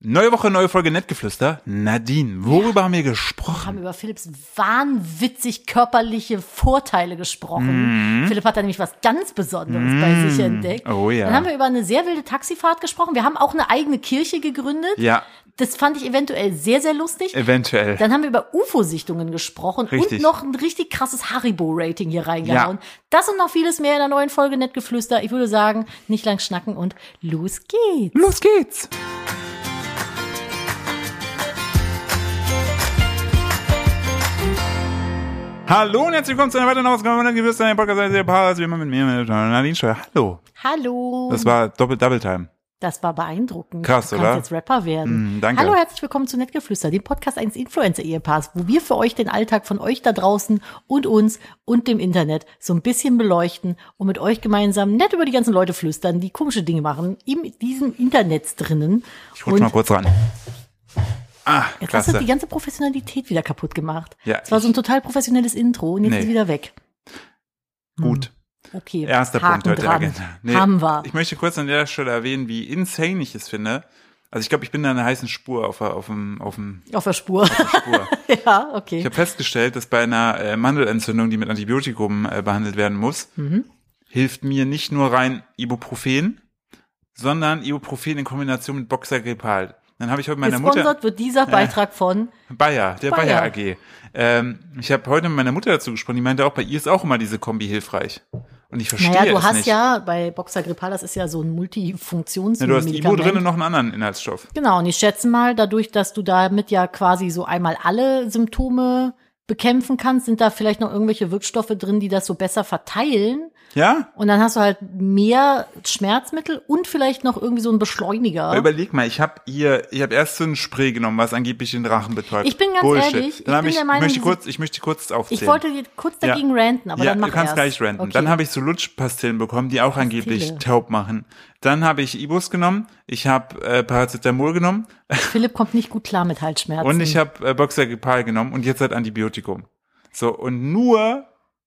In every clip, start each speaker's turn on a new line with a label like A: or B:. A: Neue Woche, neue Folge Nettgeflüster. Nadine, worüber haben wir
B: Wir
A: gesprochen?
B: haben über Philipps wahnwitzig körperliche Vorteile gesprochen. Philipp hat da nämlich was ganz Besonderes bei sich entdeckt.
A: Mhm. Oh ja.
B: Dann haben wir über eine sehr wilde Taxifahrt gesprochen. Wir haben auch eine eigene Kirche gegründet.
A: Ja,
B: Das fand ich eventuell sehr, sehr lustig.
A: eventuell.
B: Dann haben wir über UFO-Sichtungen gesprochen
A: Richtig.
B: und noch ein richtig krasses Haribo-Rating hier reingehauen. Das und noch vieles mehr in der neuen Folge Nettgeflüster. Ich würde sagen, nicht lang schnacken und los geht's.
A: Los geht's! Hallo und herzlich willkommen zu einer weiteren Ausgabe von Nettgeflüster, einem Podcast, der Paar ist wie immer mit mir, mit Nadine Scheuer. Hallo.
B: Hallo.
A: Das war Doppel-Double-Time.
B: Das war beeindruckend.
A: Krass,
B: du kannst
A: oder?
B: jetzt Rapper werden.
A: Mm, danke.
B: Hallo, herzlich willkommen zu Nettgeflüster, dem Podcast eines Influencer-Ehepaars, wo wir für euch den Alltag von euch da draußen und uns und dem Internet so ein bisschen beleuchten und mit euch gemeinsam nett über die ganzen Leute flüstern, die komische Dinge machen, in diesem Internet drinnen.
A: Ich rutsch mal kurz ran. Ah,
B: jetzt hast du
A: klasse.
B: die ganze Professionalität wieder kaputt gemacht.
A: Ja,
B: Es war so ein
A: ich-
B: total professionelles Intro und jetzt
A: Nee.
B: ist es wieder weg.
A: Gut.
B: Okay,
A: Erster
B: Haken
A: Punkt heute der
B: dran.
A: Agenda. Nee,
B: Haben wir.
A: Ich möchte kurz an der Stelle erwähnen, wie insane ich es finde. Also ich glaube, ich bin da in einer heißen Spur auf, der- auf, dem, auf dem
B: Auf der Spur.
A: Spur.
B: ja, okay.
A: Ich habe festgestellt, dass bei einer äh, Mandelentzündung, die mit Antibiotikum äh, behandelt werden muss,
B: Mhm.
A: hilft mir nicht nur rein Ibuprofen, sondern Ibuprofen in Kombination mit Boxergepal. Dann habe ich heute meiner
B: Gesponsert
A: Mutter
B: wird dieser Beitrag von
A: Bayer, der Bayer,
B: Bayer.
A: AG. Ähm, ich habe heute mit meiner Mutter dazu gesprochen. Die meinte auch, bei ihr ist auch immer diese Kombi hilfreich. Und ich verstehe
B: Naja, du
A: es
B: hast
A: nicht.
B: ja bei Boxer Grippal, das ist ja so ein
A: Ja, du hast Ibu
B: Multifunktionsmedikament. ne?
A: drin und noch einen anderen Inhaltsstoff.
B: genau, und ich schätze mal, dadurch, dass du damit ja quasi so einmal alle Symptome bekämpfen kannst, sind da vielleicht noch irgendwelche Wirkstoffe drin, die das so besser verteilen.
A: Ja?
B: Und dann hast du halt mehr Schmerzmittel und vielleicht noch irgendwie so einen Beschleuniger.
A: Aber überleg mal, ich habe ihr, ich habe erst so ein Spray genommen, was angeblich den Drachen betäubt.
B: Ich bin ganz
A: Bullshit.
B: ehrlich, ich
A: Dann hab
B: bin
A: ich,
B: der Meinung,
A: ich möchte
B: diese-
A: kurz, ich möchte kurz aufzählen.
B: ich wollte dir kurz dagegen ranten, aber
A: ja,
B: dann mach
A: du kannst
B: erst.
A: gleich renten.
B: Okay.
A: Dann habe ich so Lutschpastillen bekommen, die auch angeblich
B: viele.
A: taub machen. Dann habe ich Ibus genommen, ich habe äh, Paracetamol genommen
B: Philipp kommt nicht gut klar mit Halsschmerzen.
A: und ich habe äh, Boxergepal genommen und jetzt halt Antibiotikum. So und nur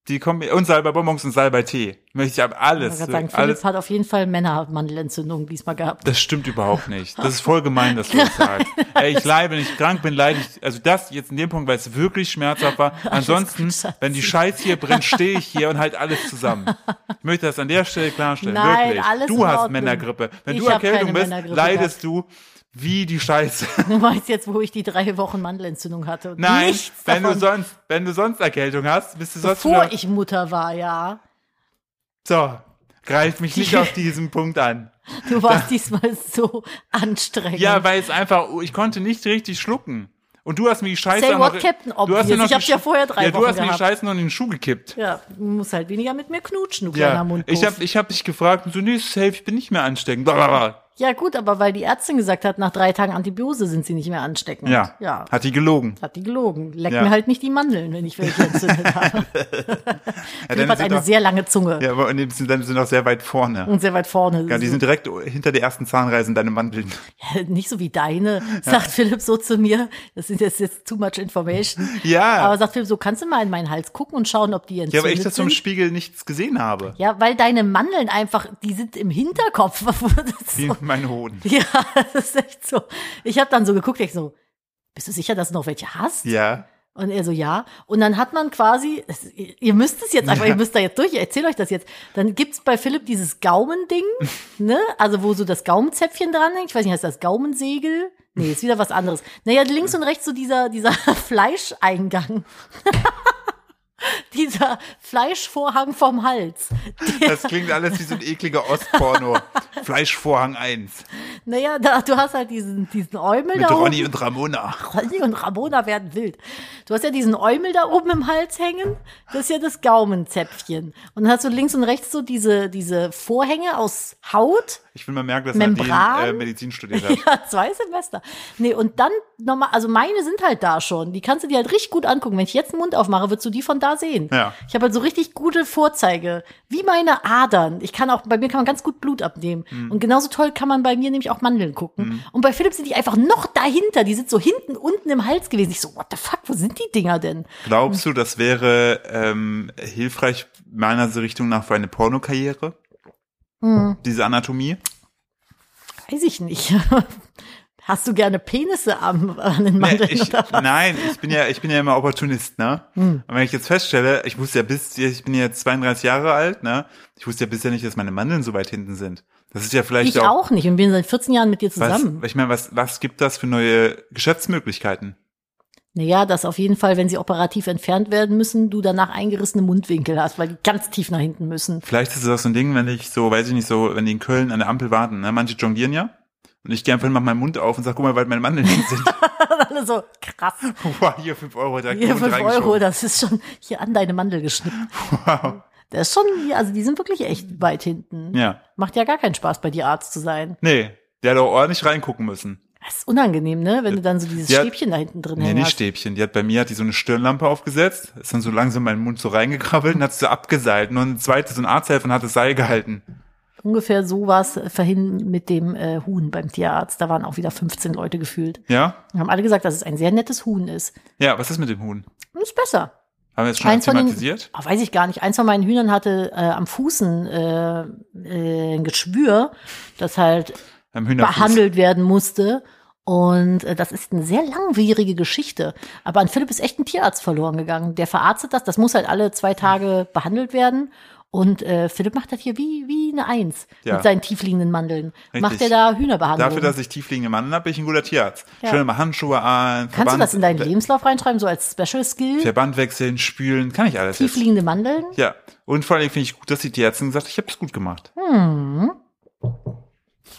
A: die Kombi und Salbeibonbons und Salbeitee. Möchte ich ab
B: Ich
A: alles,
B: wollte gerade sagen,
A: alles.
B: Philipp hat auf jeden Fall Männermandelentzündung diesmal gehabt.
A: Das stimmt überhaupt nicht. Das ist voll gemein, dass du das sagst. Ey, ich leide, wenn ich krank bin, leide ich. Also das jetzt in dem Punkt, weil es wirklich schmerzhaft war. Ansonsten,
B: gut, Schatz.
A: wenn die Scheiße hier brennt, stehe ich hier und halt alles zusammen. Ich möchte das an der Stelle klarstellen.
B: Nein,
A: wirklich.
B: alles in
A: du hast
B: Ordnung.
A: Männergrippe. Wenn
B: Ich
A: du
B: hab keine
A: Erkältung bist,
B: Männergrippe
A: leidest du wie die Scheiße.
B: Du weißt jetzt, wo ich die drei Wochen Mandelentzündung hatte. Und
A: Nein,
B: nichts
A: wenn du
B: davon,
A: sonst, wenn du sonst Erkältung hast, bist du sonst
B: bevor
A: wieder-
B: ich Mutter war, ja.
A: So, greif mich nicht
B: Die-
A: auf diesen Punkt an.
B: Du warst diesmal so anstrengend.
A: Ja, weil es einfach, oh, ich konnte nicht richtig schlucken. Und du hast mir die Scheiße
B: Say
A: auch
B: what,
A: noch,
B: Captain
A: du hast mir
B: Obvious.
A: noch
B: Ich hab's
A: die
B: ja
A: Sch-
B: vorher drei
A: Ja, du
B: Wochen
A: hast mir die
B: gehabt.
A: Scheiße noch in den Schuh gekippt.
B: ja, du musst halt weniger mit mir knutschen, du kleiner
A: Ja,
B: Mundpuff.
A: ich habe ich hab dich gefragt und so, nee, safe, ich bin nicht mehr ansteckend. Blablabla.
B: ja gut, aber weil die Ärztin gesagt hat, nach drei Tagen Antibiose sind sie nicht mehr ansteckend.
A: Ja.
B: ja.
A: hat die gelogen.
B: Hat die gelogen. Leck
A: Ja.
B: mir halt nicht die Mandeln, wenn ich welche entzündet habe.
A: Ja,
B: Philipp hat
A: sind
B: eine Mhm.
A: auch,
B: sehr lange Zunge
A: ja, aber und die sind, dann sind auch sehr weit vorne.
B: und sehr weit vorne.
A: Ja, die sind direkt hinter der ersten Zahnreise in deine Mandeln.
B: äh, nicht so wie deine, sagt Philipp so zu mir. Das ist jetzt, jetzt too much information.
A: Ja.
B: Aber sagt Philipp so, kannst du mal in meinen Hals gucken und schauen, ob die entzündet
A: Ja, aber ich das
B: sind?
A: vom Spiegel nichts gesehen habe.
B: Ja, weil deine Mandeln einfach, die sind im Hinterkopf. Das ist
A: Wie
B: so,
A: mein Hoden.
B: ja, das ist echt so. Ich habe dann so geguckt, ich so, bist du sicher, dass du noch welche hast?
A: Ja.
B: Und er so, ja. Und dann hat man quasi, es, ihr müsst es jetzt einfach, ihr müsst da jetzt durch, ich erzähle euch das jetzt. Dann gibt's bei Philipp dieses Gaumending, ne? Also wo so das Gaumenzäpfchen dran hängt. Ich weiß nicht, heißt das Gaumensegel? Nee, ist wieder was anderes. Naja, links und rechts so dieser, dieser Fleischeingang. dieser Fleischvorhang vom Hals.
A: Das klingt alles wie so ein ekliger Ostporno. Fleischvorhang 1.
B: Naja, da, du hast halt diesen, diesen Eumel
A: Mit
B: da
A: Ronny
B: oben.
A: und Ramona.
B: Ronny und Ramona werden wild. Du hast ja diesen Eumel da oben im Hals hängen. Das ist ja das Gaumenzäpfchen. Und dann hast du links und rechts so diese, diese Vorhänge aus Haut.
A: Ich will mal merken, dass
B: Membran?
A: Nadine äh, Medizin studiert hat.
B: Ja, zwei Semester. Nee, und dann nochmal, also meine sind halt da schon. Die kannst du dir halt richtig gut angucken. Wenn ich jetzt den Mund aufmache, würdest du die von da sehen.
A: Ja.
B: Ich habe halt so richtig gute Vorzeige. Wie meine Adern. Ich kann auch, bei mir kann man ganz gut Blut abnehmen.
A: Mhm.
B: Und genauso toll kann man bei mir nämlich auch Mandeln gucken. Und bei Philipp sind die einfach noch dahinter. Die sind so hinten unten im Hals gewesen. Ich so, what the fuck, wo sind die Dinger denn?
A: Glaubst du, das wäre ähm, hilfreich meiner Richtung nach für eine Pornokarriere?
B: Hm.
A: Diese Anatomie?
B: Weiß ich nicht. Hast du gerne Penisse am, an den Mandeln
A: Nee, ich,
B: oder was? Hm.
A: nein, ich bin ja, ich bin ja immer Opportunist, ne? Und wenn ich jetzt feststelle, ich wusste ja bis, ich bin ja jetzt 32 Jahre alt, ne? Ich wusste ja bisher nicht, dass meine Mandeln so weit hinten sind. Das ist ja vielleicht
B: Ich auch nicht und bin seit 14 Jahren mit dir
A: was,
B: zusammen.
A: ich meine, was, was gibt das für neue Geschäftsmöglichkeiten?
B: Naja, dass auf jeden Fall, wenn sie operativ entfernt werden müssen, du danach eingerissene Mundwinkel hast, weil die ganz tief nach hinten müssen.
A: Vielleicht ist es auch so ein Ding, wenn ich so, weiß ich nicht, so, wenn die in Köln an der Ampel warten, ne? Manche jonglieren ja. Und ich gehe einfach mal meinen Mund auf und sag, guck mal, wie weit meine Mandeln hinten sind.
B: Alle so krass.
A: wow, hier fünf Euro, da
B: Hier
A: Mund
B: 5
A: reingeschoben.
B: Euro, das ist schon hier an deine Mandel geschnitten.
A: Wow.
B: Das ist schon, also die sind wirklich echt weit hinten.
A: Ja.
B: Macht ja gar keinen Spaß, bei dir Arzt zu sein.
A: Nee, der hat auch ordentlich reingucken müssen.
B: Das ist unangenehm, ne? Wenn du dann so dieses
A: Ja.
B: Stäbchen da hinten drin
A: Nee,
B: hängen
A: nicht
B: hast.
A: Stäbchen. Die hat bei mir, hat die so eine Stirnlampe aufgesetzt, ist dann so langsam in meinen Mund so reingekrabbelt und hat so abgeseilt. Nur ein zweites, so ein Arzthelfer und hat das Seil gehalten.
B: Ungefähr so war es vorhin mit dem äh, Huhn beim Tierarzt. Da waren auch wieder 15 Leute gefühlt.
A: Ja?
B: Und haben alle gesagt, dass es ein sehr nettes Huhn ist.
A: Ja, was ist mit dem Huhn?
B: Und ist besser.
A: Haben wir jetzt schon thematisiert?
B: Ah, weiß ich gar nicht. Eins von meinen Hühnern hatte äh, am Fußen äh, äh, ein Geschwür, das halt
A: Am Hühnerfuß.
B: behandelt werden musste. Und äh, das ist eine sehr langwierige Geschichte. Aber an Philipp ist echt ein Tierarzt verloren gegangen. Der verarztet das. Das muss halt alle zwei Tage behandelt werden. Und äh, Philipp macht das hier wie, wie eine Eins
A: Ja.
B: mit seinen tiefliegenden Mandeln.
A: Richtig.
B: Macht er da Hühnerbehandlung.
A: Dafür, dass ich tiefliegende Mandeln habe, bin ich ein guter Tierarzt.
B: Ja.
A: Schön mal Handschuhe an,
B: Kannst du das in deinen
A: Ver-
B: Lebenslauf reinschreiben, so als Special Skill?
A: Verband wechseln, spülen, kann ich alles jetzt.
B: Tiefliegende Mandeln?
A: Ja. Und vor allem finde ich gut, dass die Tierärztin gesagt hat, ich habe es gut gemacht.
B: Hm.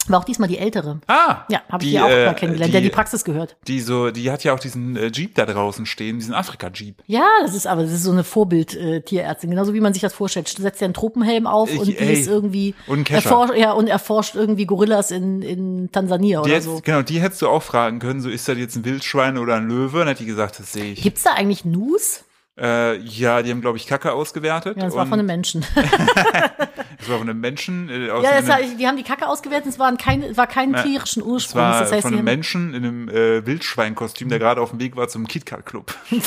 B: War auch diesmal die ältere.
A: Ah!
B: Ja, habe ich
A: die
B: die auch
A: äh,
B: mal kennengelernt,
A: Die,
B: der die Praxis gehört.
A: die so, die hat ja auch diesen äh, Jeep da draußen stehen, diesen Afrika-Jeep.
B: Ja, das ist aber das ist so eine Vorbild-Tierärztin, genauso wie man sich das vorstellt. Setzt ja einen Tropenhelm auf
A: Ich-
B: und die
A: ey.
B: ist irgendwie
A: Und einen Kescher.
B: erforscht, ja, und erforscht irgendwie Gorillas in, in Tansania
A: Die
B: oder
A: hättest-
B: so.
A: Genau, die hättest du auch fragen können, so ist das jetzt ein Wildschwein oder ein Löwe? Und hat die gesagt, das sehe ich.
B: Gibt's da eigentlich News?
A: Äh, ja, die haben, glaube ich, Kacke ausgewertet.
B: Ja, das war
A: und
B: von einem Menschen.
A: das war von einem Menschen. Äh, aus
B: ja, das
A: einem,
B: war, die haben die Kacke ausgewertet, es waren keine, war kein tierischen
A: es
B: Ursprungs.
A: war
B: das heißt,
A: von
B: die
A: einem
B: haben Mhm.
A: Menschen in einem äh, Wildschweinkostüm, der gerade auf dem Weg war zum KitKat-Club.
B: mit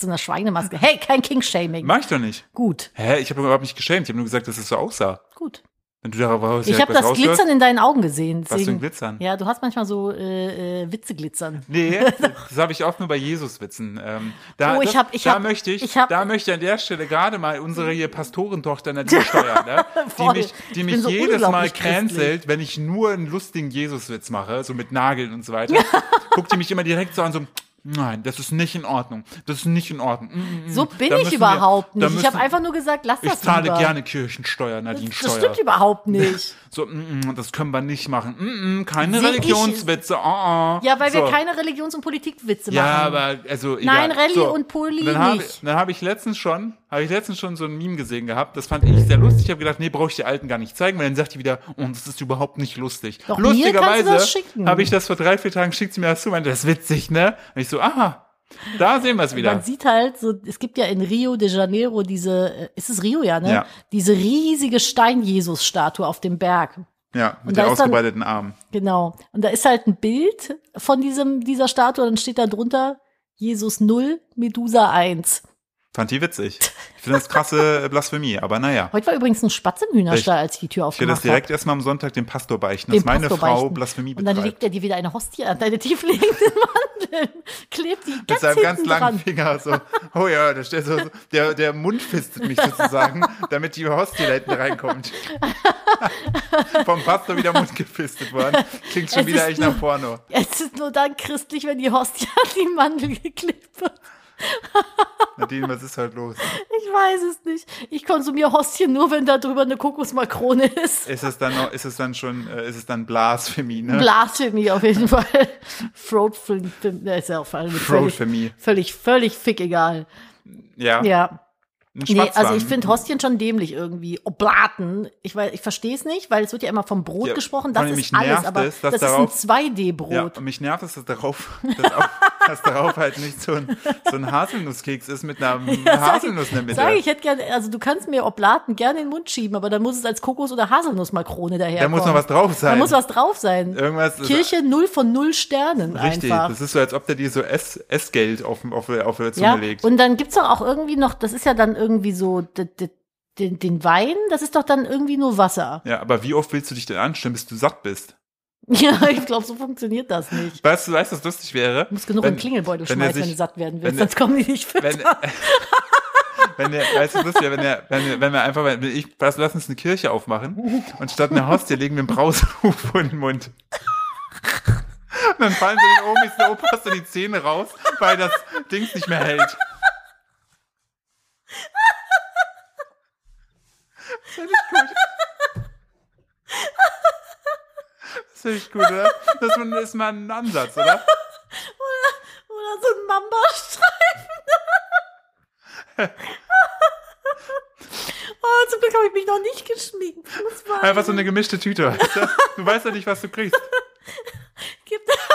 B: so einer Schweinemaske. Hey, kein King-Shaming.
A: Mach ich doch nicht.
B: Gut,
A: Hä? Ich habe überhaupt nicht geschämt. Ich habe nur gesagt, dass es so aussah.
B: gut.
A: Wenn du darauf
B: Ich habe das Glitzern in deinen Augen gesehen.
A: Was für ein
B: deswegen-
A: Glitzern?
B: Ja, du hast manchmal so äh, äh, Witze glitzern.
A: Nee, das habe ich oft nur bei Jesus-Witzen. Ähm, da,
B: Oh, ich
A: das-
B: hab- ich
A: da
B: hab-
A: möchte ich,
B: ich hab-
A: da möchte ich an der Stelle gerade mal unsere hier Pastorentochter Nadine steuern, ne? die
B: Voll.
A: mich, die
B: Ich
A: mich
B: bin so
A: jedes Mal
B: unglaublich
A: cancelt, wenn ich nur einen lustigen Jesus-Witz mache, so mit Nageln und so weiter, guckt die mich immer direkt so an, so, nein, das ist nicht in Ordnung, das ist nicht in Ordnung. Mm, mm,
B: So
A: mm.
B: bin
A: Da
B: ich
A: müssen
B: überhaupt
A: wir, da
B: nicht. Ich
A: müssen-
B: habe einfach nur gesagt, lass
A: ich
B: das
A: zahle
B: lieber.
A: gerne Kirchensteuer, Nadine
B: Das
A: Steuer.
B: stimmt überhaupt nicht.
A: So, mm, mm, das können wir nicht machen. Mm, mm, keine
B: Seh ich-
A: Religionswitze. Oh, oh.
B: Ja, weil
A: so.
B: wir keine Religions- und Politikwitze
A: Ja,
B: machen.
A: aber also
B: Nein,
A: egal.
B: Rallye und Poli
A: dann hab-
B: nicht.
A: Dann habe ich letztens schon, habe ich letztens schon so ein Meme gesehen gehabt. Das fand ich sehr lustig. Ich habe gedacht, nee, brauche ich der Alten gar nicht zeigen, weil dann sagt die wieder, oh, das ist überhaupt nicht lustig.
B: Doch, mir kannst du
A: Lustigerweise
B: das schicken.
A: habe ich das vor drei, vier Tagen schickt sie mir das zu, meinte, das ist witzig, ne? Und ich so, aha, da sehen wir es wieder.
B: Man sieht halt so, es gibt ja in Rio de Janeiro diese, äh, ist es Rio ja, ne?
A: Ja.
B: Diese riesige Stein-Jesus-Statue auf dem Berg.
A: Ja, mit den
B: Und da ist dann-
A: ausgebreiteten Armen.
B: Genau. Und da ist halt ein Bild von diesem, dieser Statue, dann steht da drunter Jesus 0, Medusa 1.
A: Fand die witzig. Ich finde das krasse Blasphemie, aber naja.
B: Heute war übrigens ein Spatz im Hühnerstall, als ich die Tür
A: Ich will das
B: aufgemacht habe.
A: direkt erstmal am Sonntag dem Pastor beichten, dass
B: Dem
A: meine
B: Pastor
A: Frau
B: beichten.
A: Blasphemie
B: Und dann
A: betreibt.
B: legt er dir wieder eine Hostie an deine tiefliegenden Mandeln, klebt die
A: mit
B: ganz
A: seinem
B: hinten
A: ganz langen
B: dran.
A: Finger so. Oh ja, der, steht so, so- der, der Mund fistet mich sozusagen, damit die Hostie da hinten reinkommt. Vom Pastor wieder Mund gefistet worden. Klingt schon
B: Es
A: wieder
B: ist
A: echt nach
B: nur-
A: Porno.
B: Es ist nur dann christlich, wenn die Hostie an die Mandel geklebt wird.
A: Nadine, was ist heute los?
B: Ich weiß es nicht. Ich konsumiere Hostien nur, wenn da drüber eine Kokosmakrone ist.
A: Ist es dann noch, ist es dann schon, äh, ist es dann Blasphemie, ne?
B: Blasphemie auf jeden Fall. Throat ist ja auch völlig,
A: Throatphemie.
B: völlig, völlig fick egal.
A: ja.
B: Ja.
A: Ein
B: Nee, also ich
A: Spatzwahn.
B: finde Hostien schon dämlich irgendwie. Oblaten. Ich weiß, ich verstehe es nicht, weil es wird ja immer vom Brot
A: Ja,
B: gesprochen.
A: vor
B: Das
A: allem mich
B: ist alles,
A: nervt
B: aber
A: es, dass
B: das ist ein
A: darauf-
B: 2D-Brot.
A: Ja, und mich nervt es, dass darauf, dass, auch, dass darauf halt nicht so ein, so ein Haselnusskeks ist mit einer
B: sag
A: Hm, Haselnuss in der
B: ich,
A: Mitte.
B: sag ich, ich hätte gerne, also du kannst mir Oblaten gerne in den Mund schieben, aber dann muss es als Kokos- oder Haselnussmakrone daher.
A: da muss noch was drauf sein.
B: Da muss was drauf sein.
A: Irgendwas ist-
B: Kirche null von null Sternen
A: Richtig,
B: einfach.
A: das ist so, als ob der dir so Ess- Essgeld auf, auf, auf der Zunge
B: ja.
A: legt.
B: Und dann gibt's doch auch irgendwie noch, das ist ja dann irgendwie so d- d- den, den Wein, das ist doch dann irgendwie nur Wasser.
A: Ja, aber wie oft willst du dich denn anstellen, bis du satt bist?
B: Ja, ich glaube, so funktioniert das nicht.
A: Weißt du, weißt du, was lustig wäre?
B: Du musst genug
A: Wenn-
B: im Klingelbeutel
A: wenn er
B: schmeißen,
A: sich-
B: wenn du satt werden
A: wenn
B: willst,
A: er-
B: sonst kommen die nicht fit.
A: wenn, wenn der, weißt du, wisst ihr, wenn der, wenn, der, wenn wir einfach, wenn ich, lass, lass uns eine Kirche aufmachen und statt einer Hostie legen wir einen Brausehuf in den Mund. Und dann fallen sie den Omis und Opas in die Zähne raus, weil das Dings nicht mehr hält. Das finde ich gut. Das finde ich gut, oder? Das ist mal- ist mal ein Ansatz, oder?
B: Oder Oh, so ein Mamba-Streifen. oh, zum Glück habe ich mich noch nicht geschminkt. Ich muss mal-
A: Einfach so eine gemischte Tüte, weißt du? Du weißt ja nicht, was du kriegst.
B: Gibt- weißt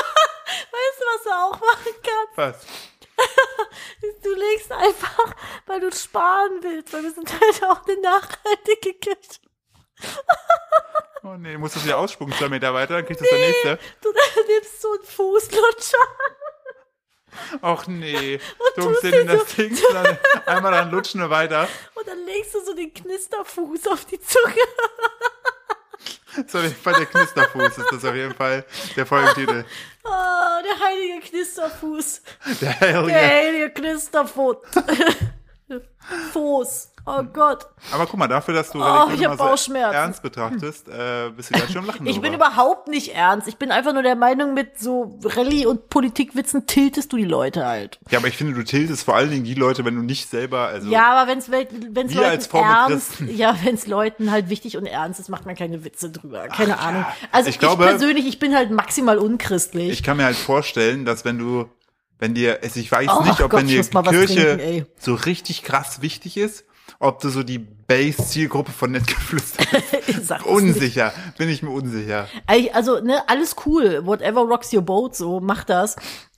B: du, was du auch machen kannst?
A: Was?
B: Du legst einfach, weil du sparen willst, weil wir sind halt auch eine nachhaltige Kirche.
A: Oh nee, muss das wieder ausspucken, zwei Meter weiter, dann kriegt das der nächste.
B: Du nimmst so einen Fußlutscher.
A: Och nee,
B: Und
A: dummst
B: tust
A: den in
B: den
A: das
B: so-
A: Ding, und dann einmal dran lutschen und weiter.
B: Und dann legst du so den Knisterfuß auf die Zunge.
A: Das ist auf jeden Fall der Knisterfuß, ist das auf jeden Fall der Folgentitel.
B: Oh, der heilige Knisterfuß.
A: Der Hell
B: Der
A: yeah.
B: heilige Knisterfuß. Fuß. Oh Gott.
A: Aber guck mal, dafür, dass du
B: Oh, ich hab
A: Religion immer so
B: Bauchschmerzen.
A: ernst betrachtest, äh, bist du ganz schön am Lachen
B: Ich bin
A: darüber.
B: überhaupt nicht ernst. Ich bin einfach nur der Meinung, mit so Rallye- und Politikwitzen tiltest du die Leute halt.
A: Ja, aber ich finde, du tiltest vor allen Dingen die Leute, wenn du nicht selber, also
B: Ja, aber wenn's Welt- wenn's
A: Wir als
B: Leuten
A: fromme
B: ernst,
A: Christen.
B: ja, wenn's Leuten halt wichtig und ernst ist, macht man keine Witze drüber. Keine Ahnung. Also
A: Ich
B: ich,
A: glaube-
B: persönlich, ich bin halt maximal unchristlich.
A: ich kann mir halt vorstellen, dass wenn du, wenn dir, es- ich weiß
B: Oh
A: nicht, ob
B: Gott,
A: wenn
B: ich
A: dir
B: muss mal was
A: Kirche
B: trinken, ey.
A: so richtig krass wichtig ist, ob du so die Base-Zielgruppe von Nettgeflüster bist.
B: Sag das nicht.
A: Unsicher, bin ich mir unsicher.
B: Ey, Also, ne, alles cool. Whatever rocks your boat, so, mach das.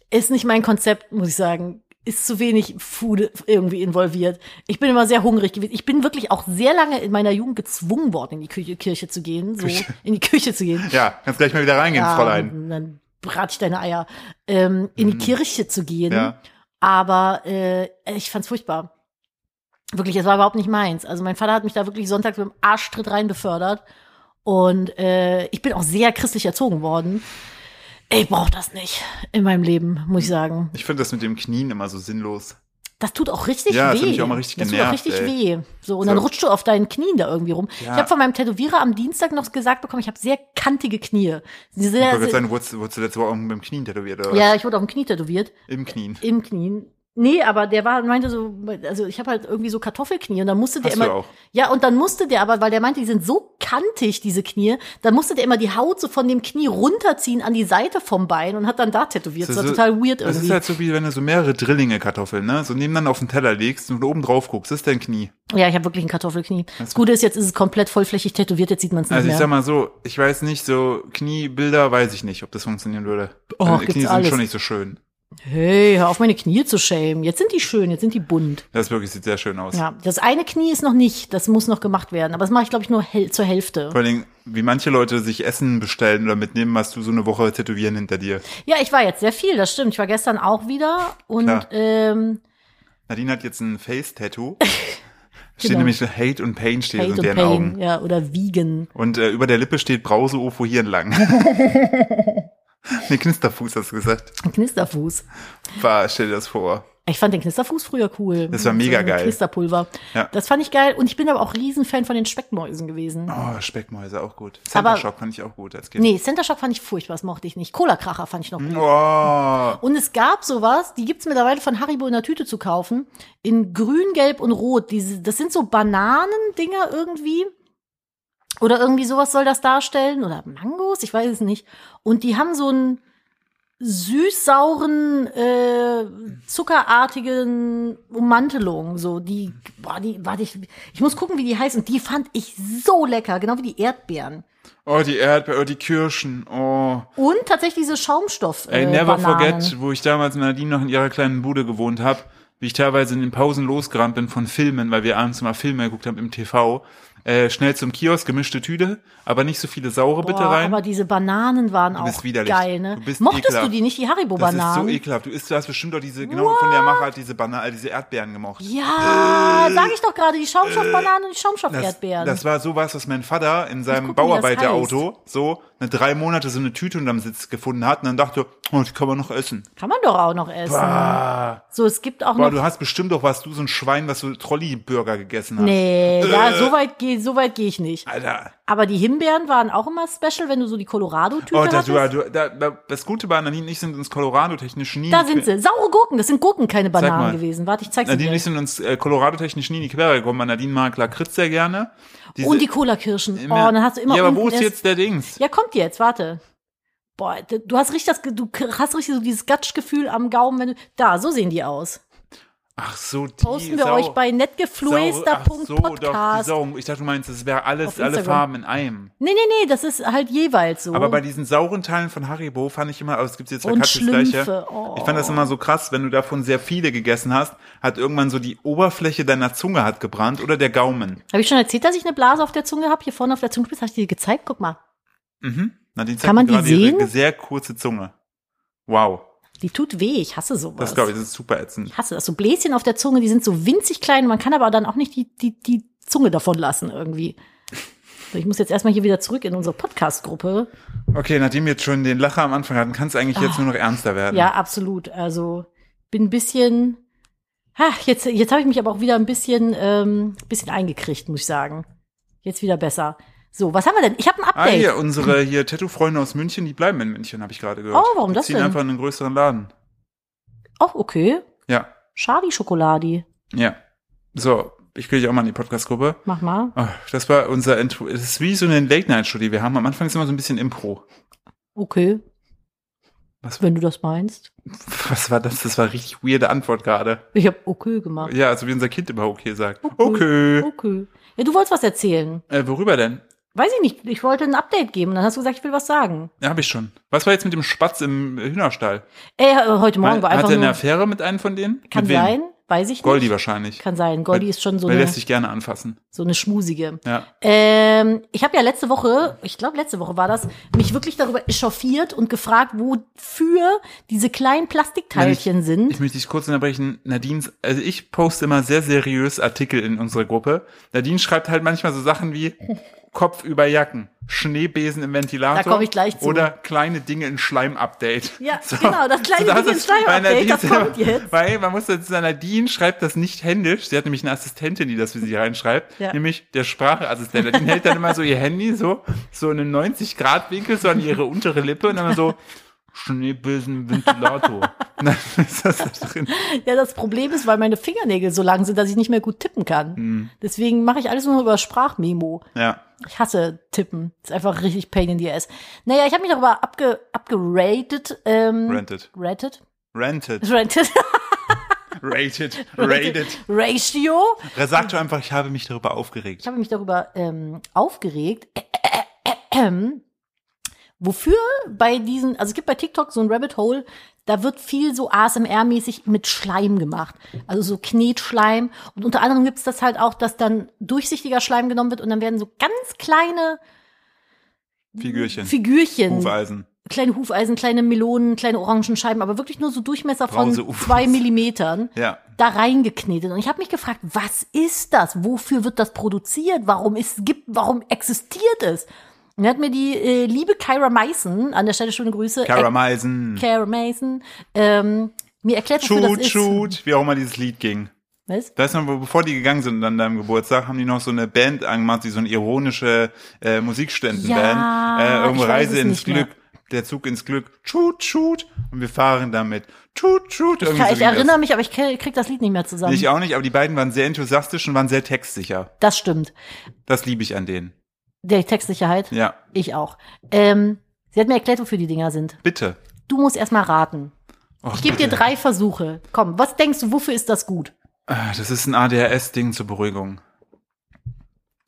B: Ist nicht mein Konzept, muss ich sagen. Ist zu wenig Food irgendwie involviert. Ich bin immer sehr hungrig gewesen. Ich bin wirklich auch sehr lange in meiner Jugend gezwungen worden, in die Küche, Kirche zu gehen, so, in die Küche zu gehen.
A: Ja, kannst gleich mal wieder reingehen,
B: Ja,
A: Fräulein. Mhm.
B: und Ah, Dann brate ich deine Eier. Ähm, in die Kirche zu gehen.
A: Ja.
B: Aber äh, ich fand's furchtbar. Wirklich, es war überhaupt nicht meins. Also mein Vater hat mich da wirklich sonntags mit dem Arschtritt rein befördert. Und äh, ich bin auch sehr christlich erzogen worden. Ich brauche das nicht in meinem Leben, muss ich sagen.
A: Ich finde das mit dem Knien immer so sinnlos.
B: Das tut auch richtig
A: Ja, das
B: weh.
A: hat mich auch mal richtig
B: das
A: genervt,
B: tut auch richtig weh. So, und
A: So.
B: dann rutschst du auf deinen Knien da irgendwie rum.
A: Ja.
B: Ich habe von meinem Tätowierer am Dienstag noch gesagt bekommen, ich habe sehr kantige Knie. Sie
A: Ich
B: Sehr,
A: wollte gerade
B: sehr,
A: sagen, wurdest, wurdest du letzte Woche auch mit dem Knien tätowiert oder was?
B: ja, ich wurde auf dem Knie tätowiert.
A: Im Knien.
B: Im Knien. Nee, aber der war meinte so, also ich habe halt irgendwie so Kartoffelknie und dann musste der
A: Hast du
B: immer
A: auch.
B: ja und dann musste der aber, weil der meinte, die sind so kantig diese Knie, dann musste der immer die Haut so von dem Knie runterziehen an die Seite vom Bein und hat dann da tätowiert. Das war
A: so-
B: total weird
A: Das
B: irgendwie.
A: ist halt so, wie wenn du so mehrere Drillinge Kartoffeln, ne, so nebeneinander auf den Teller legst und oben drauf guckst, das ist dein Knie.
B: ja, ich habe wirklich ein Kartoffelknie. Das Gute ist, jetzt ist es komplett vollflächig tätowiert, jetzt sieht man es nicht
A: Also ich
B: mehr.
A: sag mal so, ich weiß nicht, so Kniebilder weiß ich nicht, ob das funktionieren würde.
B: Och,
A: Weil
B: gibt's
A: Knie sind
B: alles.
A: schon nicht so schön.
B: hey, hör auf meine Knie zu schämen. Jetzt sind die schön, jetzt sind die bunt.
A: Das wirklich sieht sehr schön aus.
B: Ja, das eine Knie ist noch nicht, das muss noch gemacht werden, aber das mache ich glaube ich nur hel zur Hälfte.
A: Vor allen Dingen, wie manche Leute sich Essen bestellen oder mitnehmen, was du so eine Woche tätowieren hinter dir.
B: Ja, ich war jetzt sehr viel, das stimmt. Ich war gestern auch wieder
A: Klar.
B: und ähm,
A: Nadine hat jetzt ein Face-Tattoo. Steht
B: Genau.
A: nämlich Hate und Pain steht
B: Hate
A: in
B: und
A: deren
B: Pain,
A: Augen.
B: ja, oder Vegan.
A: Und äh, über der Lippe steht Brause Ofo Hirnlang. nee, Knisterfuß hast du gesagt.
B: Ein Knisterfuß.
A: War, stell dir das vor.
B: Ich fand den Knisterfuß früher cool.
A: Das war mega
B: so ein
A: geil.
B: Knisterpulver.
A: Ja.
B: Das fand ich geil und ich bin aber auch Riesenfan von den Speckmäusen gewesen.
A: Oh, Speckmäuse, auch gut.
B: Aber-
A: Centershock fand ich auch gut als Kind.
B: Nee, Center Shock fand ich furchtbar, das mochte ich nicht. Cola-Kracher fand ich noch gut.
A: Oh,
B: Und es gab sowas, die gibt's mittlerweile von Haribo in der Tüte zu kaufen, in grün, gelb und rot. Diese, das sind so Bananendinger irgendwie. Oder irgendwie sowas soll das darstellen. Oder Mangos, ich weiß es nicht. Und die haben so einen süß-sauren, äh, zuckerartigen Ummantelung. So, die, boah, die, warte, ich, ich muss gucken, wie die heißen. Und die fand ich so lecker, genau wie die Erdbeeren.
A: oh, die Erdbeere, oh, die Kirschen. Oh.
B: Und tatsächlich diese Schaumstoff.
A: Ey,
B: äh,
A: never
B: Bananen.
A: forget, wo ich damals in Nadine noch in ihrer kleinen Bude gewohnt habe, wie ich teilweise in den Pausen losgerannt bin von Filmen, weil wir abends mal Filme geguckt haben im TV. Äh, schnell zum Kiosk, gemischte Tüte, aber nicht so viele saure bitte
B: Boah,
A: rein.
B: Aber diese Bananen waren
A: bist
B: auch
A: widerlich.
B: geil, ne?
A: Du bist
B: Mochtest
A: ekelhaft.
B: du die nicht, die
A: Das ist so
B: Haribo-Bananen?
A: ekelhaft. Du isst, du hast bestimmt auch diese, genau von der Macher hat diese Banane, diese Erdbeeren gemocht.
B: ja, sag ich doch gerade, die Schaumstoffbananen und die
A: Äh. Das,
B: Schaumstoff-Erdbeeren.
A: das war sowas, was mein Vater in seinem
B: gucken, wie das
A: Bauarbeiterauto so eine drei Monate so eine Tüte unterm Sitz gefunden hat und dann dachte, oh, die kann man noch essen.
B: Kann man doch auch noch essen.
A: Bah,
B: So, es gibt auch
A: bah,
B: noch.
A: du hast bestimmt doch was, du so ein Schwein, was so Trolley-Burger gegessen hast.
B: Nee,
A: Äh.
B: da, so weit gehe so weit geh ich nicht.
A: Alter.
B: Aber die Himbeeren waren auch immer special, wenn du so die Colorado-Tüte
A: Oh, da,
B: hattest.
A: du, du, da, da, das Gute bei Nadine und ich sind uns Colorado-technisch nie.
B: da sind sie. Saure Gurken, das sind Gurken, keine
A: mal.
B: Bananen gewesen. Warte, ich zeig's
A: Nadine
B: dir.
A: und ich sind uns äh, Colorado-technisch nie in die Quere gekommen, weil Nadine mag Lakritz sehr gerne. Diese-
B: Und die Cola-Kirschen. Oh,
A: immer-
B: dann hast du immer
A: Ja, aber
B: unten
A: wo ist
B: das-
A: jetzt der Dings?
B: Ja, kommt jetzt, warte. Boah, d- du hast richtig das, Ge- du k- hast richtig so dieses Gatschgefühl am Gaumen, wenn du, da, so sehen die aus.
A: Ach so, die
B: Posten wir
A: Sau-
B: euch bei
A: Saure- Ach so, doch, die
B: netgefluester.podcast.
A: Sau. Ich dachte, du meinst, es wäre alles,
B: Auf
A: alle
B: Instagram.
A: Farben in einem.
B: nee, nee, nee, das ist halt jeweils so.
A: Aber bei diesen sauren Teilen von Haribo fand ich immer, aber es gibt jetzt bei
B: Und
A: Katjes gleiche.
B: Schlümpfe, oh.
A: Ich fand das immer so krass, wenn du davon sehr viele gegessen hast, hat irgendwann so die Oberfläche deiner Zunge hat gebrannt oder der Gaumen.
B: Habe ich schon erzählt, dass ich eine Blase auf der Zunge habe? Hier vorne auf der Zunge, habe ich dir gezeigt? Guck mal,
A: Na, die Mhm. zeigt
B: Kann man
A: mir
B: die
A: gerade ihre
B: sehen?
A: sehr kurze Zunge. Wow,
B: die tut weh, ich hasse sowas.
A: das glaube ich, das ist super ätzend.
B: Ich hasse das. So Bläschen auf der Zunge, die sind so winzig klein, man kann aber dann auch nicht die, die, die Zunge davon lassen irgendwie. So, ich muss jetzt erstmal hier wieder zurück in unsere Podcast-Gruppe.
A: Okay, nachdem wir jetzt schon den Lacher am Anfang hatten, kann es eigentlich jetzt nur noch ernster werden.
B: Ah. Ja, absolut. Also bin ein bisschen. Ach, jetzt jetzt habe ich mich aber auch wieder ein bisschen, ähm, bisschen eingekriegt, muss ich sagen. Jetzt wieder besser. So, was haben wir denn? Ich habe ein
A: Ah,
B: Update.
A: hier, unsere hier Tattoo-Freunde aus München, die bleiben in München, habe ich gerade gehört.
B: Oh, warum
A: die
B: das
A: ziehen
B: denn?
A: einfach in einen größeren Laden.
B: Auch okay.
A: Ja,
B: Schadi Schokoladi.
A: ja. So, ich kriege dich auch mal in die Podcast-Gruppe.
B: Mach mal.
A: Ah, das war unser Intro. Es ist wie so eine Late-Night-Show, die wir haben. Am Anfang ist immer so ein bisschen Impro.
B: Okay.
A: Was-
B: Wenn du das meinst.
A: Was war das? Das war richtig weirde Antwort gerade.
B: Ich habe okay gemacht.
A: Ja, also wie unser Kind immer okay sagt. Okay.
B: Okay. Ja, du wolltest was erzählen.
A: Äh, worüber denn?
B: Weiß ich nicht. Ich wollte ein Update geben. Dann hast du gesagt, ich will was sagen.
A: Ja, hab ich schon. Was war jetzt mit dem Spatz im äh, Hühnerstall?
B: Ey, äh, heute Morgen war
A: Hat
B: einfach
A: er eine
B: nur.
A: Affäre mit einem von denen?
B: Kann
A: mit wem?
B: sein. Weiß ich
A: Goldi
B: nicht.
A: wahrscheinlich.
B: Kann sein. Goldi
A: Weil-
B: ist schon so
A: Weil
B: eine,
A: lässt sich gerne anfassen.
B: so eine schmusige.
A: Ja.
B: Ähm, ich habe ja letzte Woche, ich glaube letzte Woche war das, mich wirklich darüber echauffiert und gefragt, wofür diese kleinen Plastikteilchen
A: Ich
B: sind.
A: möchte dich kurz unterbrechen. Nadines, also ich poste immer sehr seriös Artikel in unsere Gruppe. Nadine schreibt halt manchmal so Sachen wie Kopf über Jacken, Schneebesen im Ventilator.
B: Da komm ich gleich zu.
A: Oder kleine Dinge in Schleim-Update.
B: Ja, genau, das kleine Ding in
A: ist-
B: Schleim-Update,
A: bei Nadine
B: das
A: selber-
B: kommt jetzt.
A: Weil man muss dazu sagen, Nadine schreibt das nicht händisch. Sie hat nämlich eine Assistentin, die das für sie reinschreibt.
B: Ja.
A: Nämlich der Spracheassistent. Nadine hält dann immer so ihr Handy so, so in einem 90-Grad-Winkel, so an ihre untere Lippe und dann so, Schneebesen, Ventilator. Dann ist das da drin.
B: Ja, das Problem ist, weil meine Fingernägel so lang sind, dass ich nicht mehr gut tippen kann. Deswegen mache ich alles nur noch über Sprachmemo.
A: Ja.
B: Ich hasse Tippen. Ist einfach richtig Pain in the Ass. Naja, ich habe mich darüber abge abgeratet. Ähm,
A: Rented.
B: Rated?
A: Rented.
B: Rented.
A: Rated. Rated.
B: Ratio.
A: Sag doch einfach, ich habe mich darüber aufgeregt.
B: Ich habe mich darüber ähm, aufgeregt, äh, äh, äh, äh, wofür bei diesen, also es gibt bei TikTok so ein Rabbit Hole, da wird viel so ASMR-mäßig mit Schleim gemacht. Also so Knetschleim. Und unter anderem gibt es das halt auch, dass dann durchsichtiger Schleim genommen wird und dann werden so ganz kleine
A: Figürchen.
B: Figürchen,
A: Hufeisen.
B: kleine Hufeisen, kleine Melonen, kleine Orangenscheiben, aber wirklich nur so Durchmesser von
A: Brause Ufos.
B: zwei Millimetern
A: Ja.
B: da reingeknetet. Und ich habe mich gefragt, was ist das? Wofür wird das produziert? Warum ist, gibt, warum existiert es? Und dann hat mir die äh, liebe Kyra Meissen, an der Stelle schöne Grüße, äh,
A: Karameisen.
B: Kyra Meissen, ähm, mir erklärt, wofür
A: Shoot,
B: das ist.
A: shoot. Wie auch immer dieses Lied ging.
B: Was?
A: Weißt du, noch, bevor die gegangen sind an deinem Geburtstag, haben die noch so eine Band angemacht, die so eine ironische äh, Musikstundenband.
B: Ja,
A: äh, irgendwo
B: ich weiß
A: Reise
B: es
A: ins
B: nicht
A: Glück. Der Zug ins Glück. Shoot, shoot. Und wir fahren damit. Shoot, shoot. Irgendwie
B: Ja,
A: so
B: ich
A: ging das.
B: erinnere mich, aber ich ke- krieg das Lied nicht mehr zusammen.
A: Ich auch nicht, aber die beiden waren sehr enthusiastisch und waren sehr textsicher.
B: das stimmt.
A: Das liebe ich an denen.
B: Der Textsicherheit.
A: Ja.
B: Ich auch. Ähm, sie hat mir erklärt, wofür die Dinger sind.
A: Bitte.
B: Du musst erst mal raten.
A: Och,
B: Ich gebe dir
A: bitte.
B: drei Versuche. Komm, was denkst du, wofür ist das gut?
A: Ah, Das ist ein ADHS-Ding zur Beruhigung.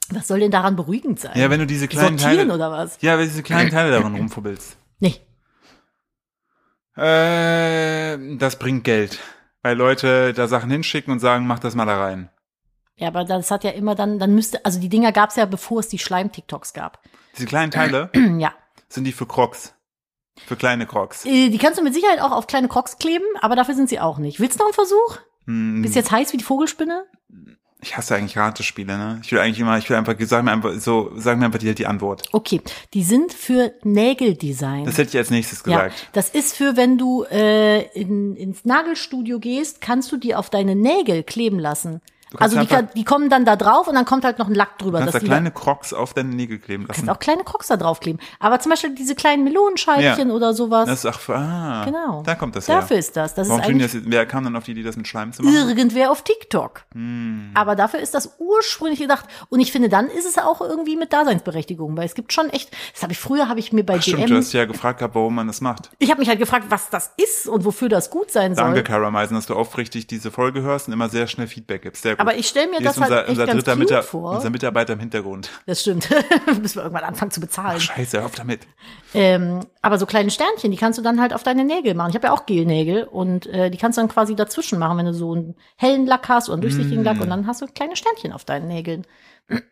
B: Was soll denn daran beruhigend sein?
A: Ja, wenn du diese kleinen
B: Sortieren
A: Teile.
B: oder was?
A: Ja, wenn du diese kleinen Teile darin rumfubbelst.
B: Nee.
A: Äh, das bringt Geld. Weil Leute da Sachen hinschicken und sagen, mach das mal da rein.
B: Ja, aber das hat ja immer dann, dann müsste, also die Dinger gab's ja, bevor es die Schleim-TikToks gab.
A: Diese kleinen Teile
B: ja.
A: sind die für Crocs. Für kleine Crocs.
B: Äh, Die kannst du mit Sicherheit auch auf kleine Crocs kleben, aber dafür sind sie auch nicht. Willst du noch einen Versuch?
A: Hm,
B: Bist jetzt heiß wie die Vogelspinne?
A: Ich hasse eigentlich Ratespiele, ne? Ich will eigentlich immer, ich will einfach, sag mir einfach, so, sag mir einfach die, die Antwort.
B: Okay, die sind für Nägeldesign.
A: Das hätte ich als nächstes
B: ja,
A: gesagt.
B: das ist für, wenn du äh, in, ins Nagelstudio gehst, kannst du die auf deine Nägel kleben lassen.
A: kannst
B: Also die,
A: einfach-
B: kann, die kommen dann da drauf und dann kommt halt noch ein Lack drüber.
A: Du kannst da
B: dass die dann-
A: kleine Crocs auf deine Nägel kleben lassen.
B: kannst auch kleine Crocs da draufkleben. Aber zum Beispiel diese kleinen Melonenscheibchen
A: Ja.
B: oder sowas.
A: Das ist ach, ah,
B: genau.
A: da kommt das
B: Dafür
A: her.
B: ist das. Das
A: Warum
B: ist
A: tun die
B: eigentlich
A: das, wer kam dann auf die Idee, das mit Schleim zu machen?
B: irgendwer auf TikTok.
A: Hm.
B: Aber dafür ist das ursprünglich gedacht. Und ich finde, dann ist es auch irgendwie mit Daseinsberechtigung, weil es gibt schon echt, das habe ich früher, habe ich mir bei GM,
A: Stimmt, du hast ja gefragt gehabt, warum man das macht.
B: ich habe mich halt gefragt, was das ist und wofür das gut sein soll.
A: Danke, Kara Meisen, dass du aufrichtig diese Folge hörst und immer sehr schnell Feedback gibst. Sehr gut.
B: Aber ich stell mir
A: Hier
B: das
A: ist
B: halt
A: unser,
B: echt
A: unser
B: ganz
A: dritter
B: cute
A: Mita-
B: vor.
A: Unser Mitarbeiter im Hintergrund.
B: Das stimmt. Müssen wir irgendwann anfangen zu bezahlen.
A: Scheiße, auf damit.
B: Ähm, aber so kleine Sternchen, die kannst du dann halt auf deine Nägel machen. Ich habe ja auch Gelnägel und äh, die kannst du dann quasi dazwischen machen, wenn du so einen hellen Lack hast oder einen durchsichtigen
A: Hm.
B: Lack und dann hast du kleine Sternchen auf deinen Nägeln.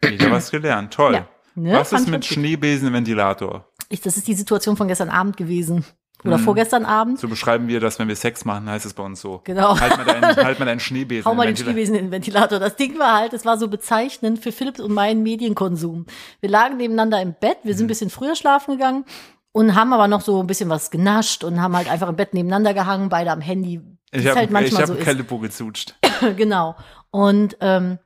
A: Wieder was gelernt. Toll.
B: Ja. Ne?
A: Was
B: Fand
A: ist
B: ich
A: mit
B: gut.
A: Schneebesen im Ventilator?
B: Ich, das ist die Situation von gestern Abend gewesen. Oder vorgestern Abend.
A: So beschreiben wir das, wenn wir Sex machen, heißt es bei uns so.
B: Genau.
A: Halt mal deinen, halt mal deinen Schneebesen.
B: Hau
A: im
B: mal den
A: Ventilator.
B: Schneebesen in den Ventilator. Das Ding war halt, es war so bezeichnend für Philipp und meinen Medienkonsum. Wir lagen nebeneinander im Bett, wir sind
A: Mhm.
B: ein bisschen früher schlafen gegangen und haben aber noch so ein bisschen was genascht und haben halt einfach im Bett nebeneinander gehangen, beide am Handy. Wie
A: Ich
B: es
A: habe
B: halt
A: ich
B: manchmal
A: hab
B: so
A: ein
B: ist.
A: Kalippo gezutscht.
B: genau. Und ähm,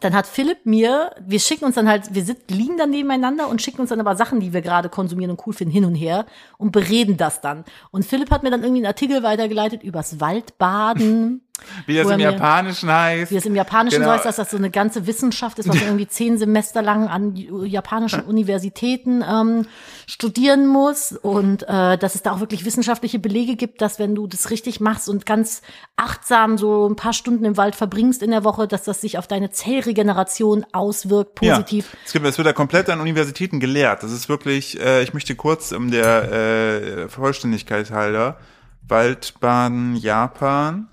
B: dann hat Philipp mir, wir schicken uns dann halt, wir sit- liegen dann nebeneinander und schicken uns dann aber Sachen, die wir gerade konsumieren und cool finden, hin und her und bereden das dann. Und Philipp hat mir dann irgendwie einen Artikel weitergeleitet übers Waldbaden,
A: Wie das
B: Oder
A: im
B: mir-
A: Japanischen heißt.
B: wie es im Japanischen
A: Genau.
B: so heißt, dass das so eine ganze Wissenschaft ist, was man irgendwie zehn Semester lang an japanischen Universitäten ähm, studieren muss und äh, dass es da auch wirklich wissenschaftliche Belege gibt, dass wenn du das richtig machst und ganz achtsam so ein paar Stunden im Wald verbringst in der Woche, dass das sich auf deine Zellregeneration auswirkt, positiv.
A: Ja, es, gibt, es wird da komplett an Universitäten gelehrt. Das ist wirklich, äh, ich möchte kurz um der äh, Vollständigkeit halber, Waldbaden, Japan,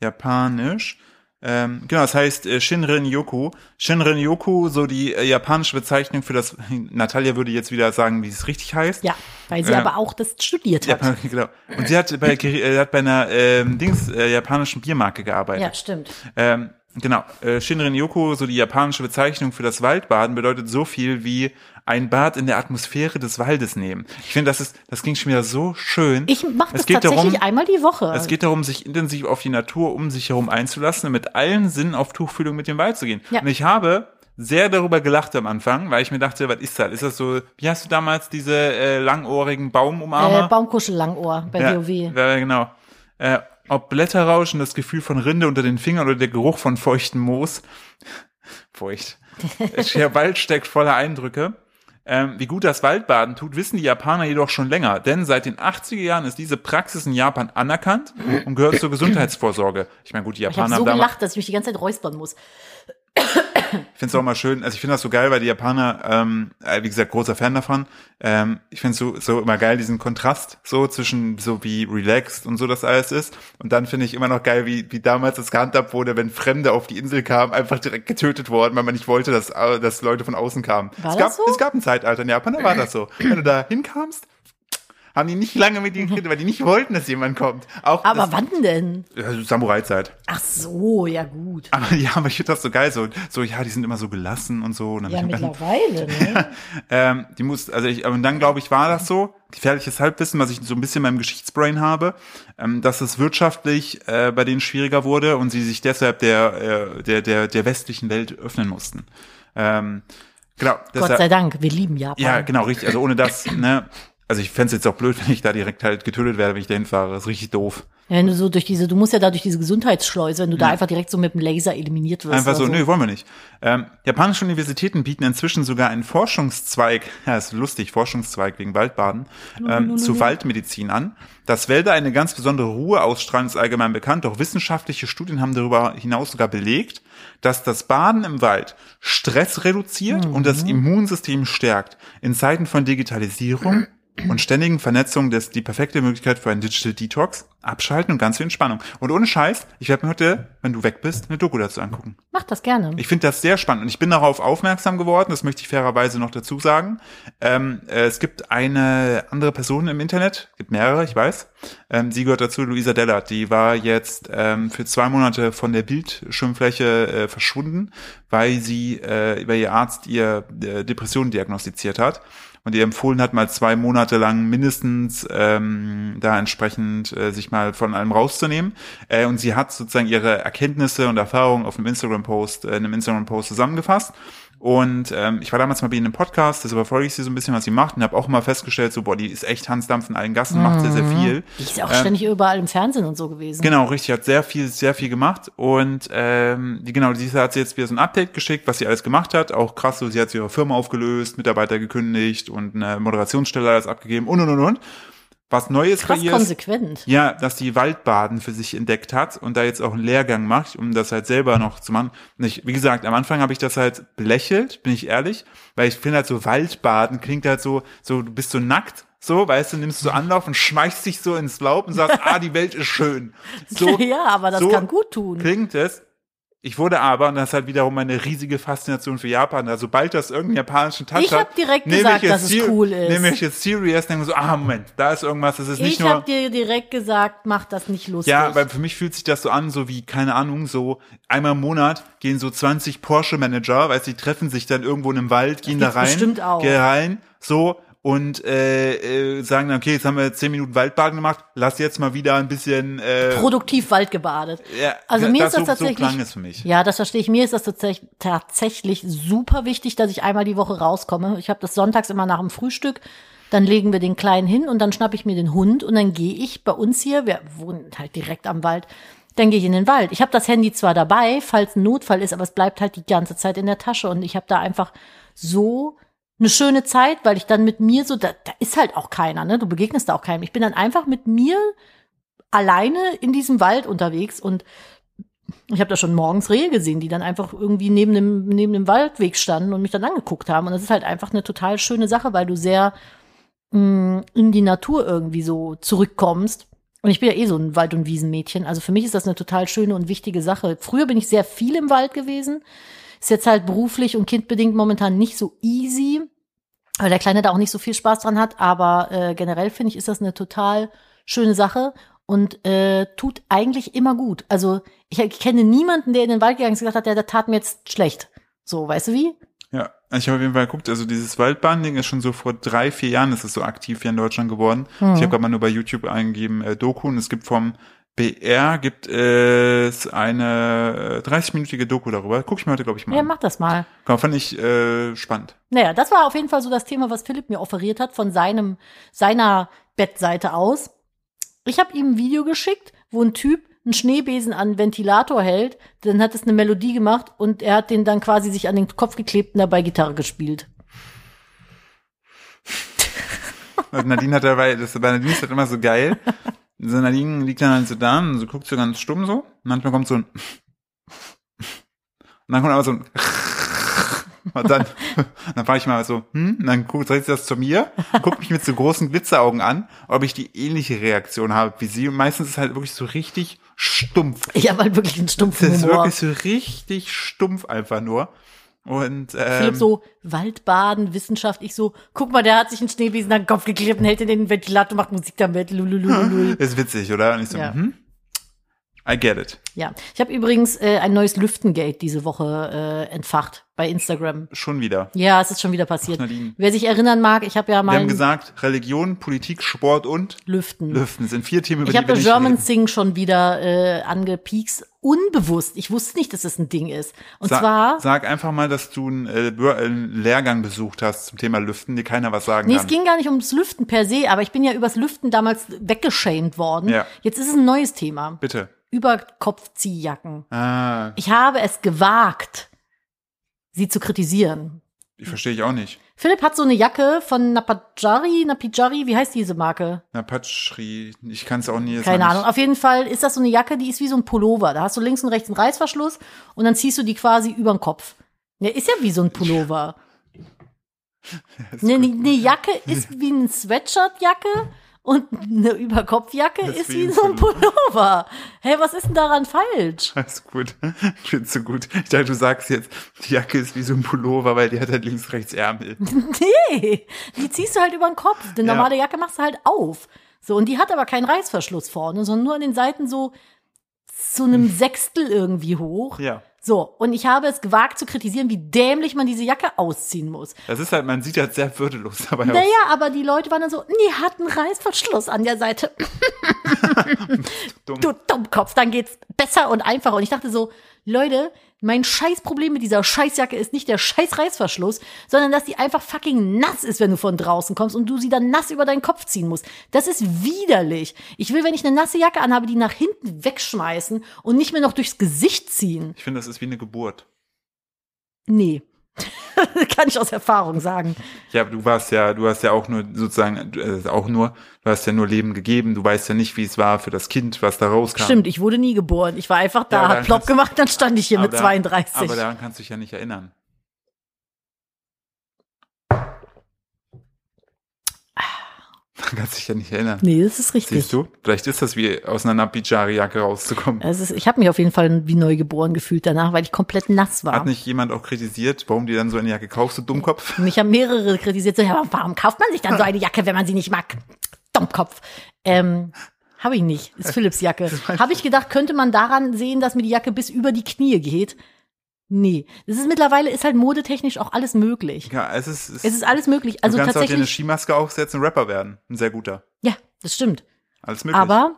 A: Japanisch. Ähm, genau, das heißt äh, Shinrin-yoku. Shinrin-yoku, so die äh, japanische Bezeichnung für das, Natalia würde jetzt wieder sagen, wie es richtig heißt.
B: Ja, weil sie
A: Ja.
B: aber auch das studiert hat.
A: Japan, genau. Und sie hat bei, äh, hat bei einer ähm, Dings, äh, japanischen Biermarke gearbeitet.
B: Ja, shinrin
A: Ähm, genau. Äh, Shinrin-yoku, so die japanische Bezeichnung für das Waldbaden, bedeutet so viel wie ein Bad in der Atmosphäre des Waldes nehmen. Ich finde, das ist, das ging schon wieder so schön.
B: Ich mache
A: Es
B: das
A: geht
B: tatsächlich
A: darum-
B: einmal die Woche.
A: Es geht darum, sich intensiv auf die Natur um sich herum einzulassen und mit allen Sinnen auf Tuchfühlung mit dem Wald zu gehen.
B: Ja.
A: Und ich habe sehr darüber gelacht am Anfang, weil ich mir dachte, was ist das? Ist das so, wie hast du damals diese äh, langohrigen Baumumarmer?
B: äh, Baumkuschellangohr bei
A: Ja,
B: WoW.
A: Ja, genau. Äh, ob Blätterrauschen, das Gefühl von Rinde unter den Fingern oder der Geruch von feuchtem Moos. Feucht. der Wald steckt voller Eindrücke. Ähm, wie gut das Waldbaden tut, wissen die Japaner jedoch schon länger, denn seit den 80er Jahren ist diese Praxis in Japan anerkannt und gehört zur Gesundheitsvorsorge. Ich meine, gut, die
B: Ich habe
A: Japaner
B: so
A: haben damals,
B: gelacht, dass ich mich die ganze Zeit räuspern muss.
A: ich finde es auch mal schön, also ich finde das so geil, weil die Japaner, ähm, äh, wie gesagt, großer Fan davon. Ähm, ich finde es so, so immer geil, diesen Kontrast so zwischen so wie relaxed und so das alles ist. Und dann finde ich immer noch geil, wie, wie damals das gehandhabt wurde, wenn Fremde auf die Insel kamen, einfach direkt getötet worden, weil man nicht wollte, dass, äh, dass Leute von außen kamen.
B: War
A: es,
B: das
A: gab,
B: so?
A: es gab ein Zeitalter in Japan, da war das so. Wenn du da hinkamst, haben die nicht lange mit dir geredet, weil die nicht wollten, dass jemand kommt. Auch
B: Aber
A: das,
B: wann denn?
A: äh, Samurai-Zeit.
B: Ach so, ja gut.
A: Aber ja, aber ich finde das so geil, so, so, ja, die sind immer so gelassen und so. Und dann
B: Ja,
A: hab ich mir-
B: mittlerweile, ne?
A: Ähm, die muss, also ich, und dann glaube ich, war das so, gefährliches Halbwissen, was ich so ein bisschen in meinem Geschichtsbrain habe, ähm, dass es wirtschaftlich äh, bei denen schwieriger wurde und sie sich deshalb der, äh, der, der, der westlichen Welt öffnen mussten. Ähm, genau,
B: Gott
A: deshalb,
B: sei Dank, wir lieben Japan.
A: ja, genau, richtig, also ohne das, ne, also ich fänd's jetzt auch blöd, wenn ich da direkt halt getötet werde, wenn ich dahin fahre, ist richtig doof.
B: Wenn du so durch diese, du musst ja da durch diese Gesundheitsschleuse, wenn du da einfach direkt so mit dem Laser eliminiert wirst.
A: Hm. Einfach so,
B: oder
A: nö, wollen wir nicht. Ähm, japanische Universitäten bieten inzwischen sogar einen Forschungszweig, ja, ist lustig, Forschungszweig wegen Waldbaden, ähm, zu Waldmedizin an. Dass Wälder eine ganz besondere Ruhe ausstrahlen, ist allgemein bekannt, doch wissenschaftliche Studien haben darüber hinaus sogar belegt, dass das Baden im Wald Stress reduziert und das Immunsystem stärkt. In Zeiten von Digitalisierung und ständigen Vernetzung das die perfekte Möglichkeit für einen Digital Detox, Abschalten und ganz viel Entspannung. Und ohne Scheiß, ich werde mir heute, wenn du weg bist, eine Doku dazu angucken.
B: Mach das gerne.
A: Ich finde das sehr spannend und ich bin darauf aufmerksam geworden, das möchte ich fairerweise noch dazu sagen. Ähm, äh, es gibt eine andere Person im Internet, gibt mehrere, ich weiß. Ähm, sie gehört dazu, Luisa Dellert, die war jetzt ähm, für zwei Monate von der Bildschirmfläche äh, verschwunden, weil sie, äh, weil ihr Arzt ihr äh, Depression diagnostiziert hat und ihr empfohlen hat, mal zwei Monate lang mindestens ähm, da entsprechend äh, sich mal von allem rauszunehmen. Äh, und sie hat sozusagen ihre Erkenntnisse und Erfahrungen auf einem Instagram-Post, äh, einem Instagram-Post zusammengefasst. Und ähm, ich war damals mal bei ihnen im Podcast, deshalb verfolge ich sie so ein bisschen, was sie macht und habe auch mal festgestellt, so, boah, die ist echt Hansdampf in allen Gassen, macht sehr, sehr viel.
B: Mhm. Die ist ja auch ständig überall im Fernsehen und so gewesen.
A: ähm, Genau, richtig, hat sehr viel, sehr viel gemacht. Und ähm, die, genau, diese hat sie jetzt wieder so ein Update geschickt, was sie alles gemacht hat. Auch krass, so, sie hat ihre Firma aufgelöst, Mitarbeiter gekündigt und eine Moderationsstelle alles abgegeben und und und und. Was Neues
B: Krass
A: bei ihr ist,
B: konsequent.
A: ja, dass die Waldbaden für sich entdeckt hat und da jetzt auch einen Lehrgang macht, um das halt selber noch zu machen. Und ich, wie gesagt, am Anfang habe ich das halt belächelt, bin ich ehrlich, weil ich finde halt so Waldbaden klingt halt so, so du bist so nackt, so, weißt du, nimmst du so Anlauf und schmeißt dich so ins Laub und sagst, ah, die Welt ist schön. So,
B: ja, aber das
A: so
B: kann gut tun.
A: Klingt es. Ich wurde aber, und das ist halt wiederum meine riesige Faszination für Japan, also sobald das irgendeinen japanischen Touch
B: Ich hab
A: hat,
B: direkt
A: nehme
B: gesagt,
A: ich jetzt
B: dass es
A: ser-
B: cool ist.
A: Nehme ich jetzt serious, denke so, ah, Moment, da ist irgendwas, das ist nicht
B: Ich
A: nur.
B: habe dir direkt gesagt, mach das nicht lustig.
A: Ja, weil für mich fühlt sich das so an, so wie, keine Ahnung, so einmal im Monat gehen so 20 Porsche-Manager, weißt du, die treffen sich dann irgendwo in einem Wald, gehen da
B: gibt's
A: rein,
B: bestimmt auch.
A: gehen rein, so und äh, äh, sagen dann, okay, jetzt haben wir 10 Minuten Waldbaden gemacht, lass jetzt mal wieder ein bisschen äh,
B: Produktiv Wald gebadet.
A: ja,
B: also mir ist das
A: so,
B: tatsächlich.
A: So klang es für mich.
B: Ja, das verstehe ich. Mir ist das tatsächlich, tatsächlich super wichtig, dass ich einmal die Woche rauskomme. Ich habe das sonntags immer nach dem Frühstück. Dann legen wir den Kleinen hin und dann schnappe ich mir den Hund und dann gehe ich bei uns hier, wir wohnen halt direkt am Wald, dann gehe ich in den Wald. Ich habe das Handy zwar dabei, falls ein Notfall ist, aber es bleibt halt die ganze Zeit in der Tasche und ich habe da einfach so eine schöne Zeit, weil ich dann mit mir so, da, da ist halt auch keiner, ne? Du begegnest da auch keinem. Ich bin dann einfach mit mir alleine in diesem Wald unterwegs und ich habe da schon morgens Rehe gesehen, die dann einfach irgendwie neben dem, neben dem Waldweg standen und mich dann angeguckt haben. Und das ist halt einfach eine total schöne Sache, weil du sehr mh, in die Natur irgendwie so zurückkommst. Und ich bin ja eh so ein Wald- und Wiesenmädchen. Also für mich ist das eine total schöne und wichtige Sache. Früher bin ich sehr viel im Wald gewesen. Ist jetzt halt beruflich und kindbedingt momentan nicht so easy, weil der Kleine da auch nicht so viel Spaß dran hat. Aber äh, generell finde ich, ist das eine total schöne Sache und äh, tut eigentlich immer gut. Also ich, ich kenne niemanden, der in den Wald gegangen ist und gesagt hat, der, der tat mir jetzt schlecht. So, weißt du wie?
A: Ja, also ich habe auf jeden Fall geguckt, also dieses Waldbahn-Ding ist schon so vor drei, vier Jahren ist es so aktiv hier in Deutschland geworden.
B: Hm.
A: Ich habe gerade mal nur bei YouTube eingegeben, äh, Doku und es gibt vom BR gibt es eine äh, 30-minütige Doku darüber. Guck ich mir heute, glaube ich, mal
B: Ja,
A: an.
B: mach das mal.
A: Genau, fand ich äh, spannend.
B: Naja, das war auf jeden Fall so das Thema, was Philipp mir offeriert hat von seinem, seiner Bettseite aus. Ich habe ihm ein Video geschickt, wo ein Typ einen Schneebesen an einen Ventilator hält, dann hat es eine Melodie gemacht und er hat den dann quasi sich an den Kopf geklebt und dabei Gitarre gespielt.
A: Also Nadine hat dabei, das bei Nadine ist das immer so geil. So Nadine liegt dann halt so da und so guckt so ganz stumm so. Manchmal kommt so ein und dann kommt aber so ein und dann, dann frage ich mal so, hm, und dann guckt dreht sie das zu mir, guckt mich mit so großen Glitzeraugen an, ob ich die ähnliche Reaktion habe wie sie. Und meistens ist es halt wirklich so richtig stumpf.
B: Ich habe halt wirklich einen
A: Das
B: stumpfen
A: ist
B: Humor.
A: wirklich so richtig stumpf einfach nur. Und ähm,
B: Philipp so, Waldbaden, Wissenschaft, ich so, guck mal, der hat sich einen Schneebesen an den Kopf geklebt und hält den in den Ventilator, macht Musik damit, lulululul.
A: ähm, ist witzig, oder? Und ich so,
B: Ja.
A: hm, I get it.
B: Ja, ich habe übrigens äh, ein neues Lüftengate diese Woche äh, entfacht bei Instagram.
A: Schon wieder.
B: Ja, es ist schon wieder passiert.
A: Ach, Nadine.
B: Wer sich erinnern mag, ich habe ja mal
A: Wir haben
B: ein
A: gesagt, Religion, Politik, Sport und
B: Lüften.
A: Lüften sind vier Themen, über
B: Ich
A: die wir
B: habe
A: nicht
B: German
A: reden.
B: Sing schon wieder äh, angepiekst, unbewusst. Ich wusste nicht, dass es ein Ding ist. Und
A: Sa-
B: zwar
A: Sag einfach mal, dass du einen, äh, Bör- äh, einen Lehrgang besucht hast zum Thema Lüften, dir keiner was sagen
B: Nee,
A: kann.
B: es ging gar nicht ums Lüften per se, aber ich bin ja übers Lüften damals weggeschämt worden.
A: Ja.
B: Jetzt ist es ein neues Thema.
A: Bitte.
B: Überkopfziehjacken.
A: Ah,
B: Ich habe es gewagt, sie zu kritisieren.
A: ich verstehe ich auch nicht.
B: Philipp hat so eine Jacke von Napajari, Napijari, wie heißt diese Marke?
A: Na, Patschri, ich kann es auch nie. jetzt
B: Keine
A: mal
B: Ahnung. Auf jeden Fall ist das so eine Jacke, die ist wie so ein Pullover. Da hast du links und rechts einen Ne, Reißverschluss und dann ziehst du die quasi über den Kopf. Der ist ja wie so ein Pullover. Eine, eine Ne, Jacke ist wie eine Sweatshirtjacke und eine Überkopfjacke
A: Das
B: ist wie so ein Pullover. Hey, was ist denn daran falsch?
A: Alles gut. Ich find's so gut. Ich dachte, du sagst jetzt, die Jacke ist wie so ein Pullover, weil die hat halt links, rechts Ärmel.
B: Nee, die ziehst du halt über den Kopf. Eine
A: Ja.
B: normale Jacke machst du halt auf. So, und die hat aber keinen Reißverschluss vorne, sondern nur an den Seiten so zu einem Sechstel irgendwie hoch.
A: Hm. Ja.
B: So, und ich habe es gewagt zu kritisieren, wie dämlich man diese Jacke ausziehen muss.
A: Das ist halt, man sieht halt sehr würdelos dabei aus.
B: Naja, aber die Leute waren dann so, nee, hat einen Reißverschluss an der Seite.
A: Dumm.
B: du Dummkopf, dann geht's besser und einfacher. Und ich dachte so, Leute, mein Scheißproblem mit dieser Scheißjacke ist nicht der Scheißreißverschluss, sondern dass die einfach fucking nass ist, wenn du von draußen kommst und du sie dann nass über deinen Kopf ziehen musst. Das ist widerlich. Ich will, wenn ich eine nasse Jacke anhabe, die nach hinten wegschmeißen und nicht mehr noch durchs Gesicht ziehen.
A: Ich finde, das ist wie eine Geburt.
B: Nee. Kann ich aus Erfahrung sagen.
A: Ja, aber du warst ja, du hast ja auch nur sozusagen, äh, auch nur, du hast ja nur Leben gegeben. Du weißt ja nicht, wie es war für das Kind, was da rauskam.
B: Stimmt, ich wurde nie geboren. Ich war einfach da,
A: Ja,
B: hab
A: dann
B: plopp
A: kannst-
B: gemacht, dann stand ich hier mit
A: da-
B: 32.
A: Aber daran kannst du dich ja nicht erinnern. Daran kannst du dich ja nicht erinnern.
B: nee, das ist richtig.
A: Siehst du? Vielleicht ist das wie aus einer Napijari-Jacke rauszukommen.
B: Es ist, ich habe mich auf jeden Fall wie neugeboren gefühlt danach, weil ich komplett nass war.
A: Hat nicht jemand auch kritisiert, warum die dann so eine Jacke kaufst, du Dummkopf?
B: Mich haben mehrere kritisiert, so, ja, warum kauft man sich dann so eine Jacke, wenn man sie nicht mag? Dummkopf. Ähm, habe ich nicht. Ist Philips Jacke. Habe ich gedacht, könnte man daran sehen, dass mir die Jacke bis über die Knie geht? Nee. Das ist mittlerweile ist halt modetechnisch auch alles möglich.
A: Ja, es ist, es
B: Es ist alles möglich. Also
A: du kannst auch dir eine
B: tatsächlich.
A: Skimaske aufsetzen und Rapper werden. Ein sehr guter.
B: Ja, das stimmt.
A: Alles möglich.
B: Aber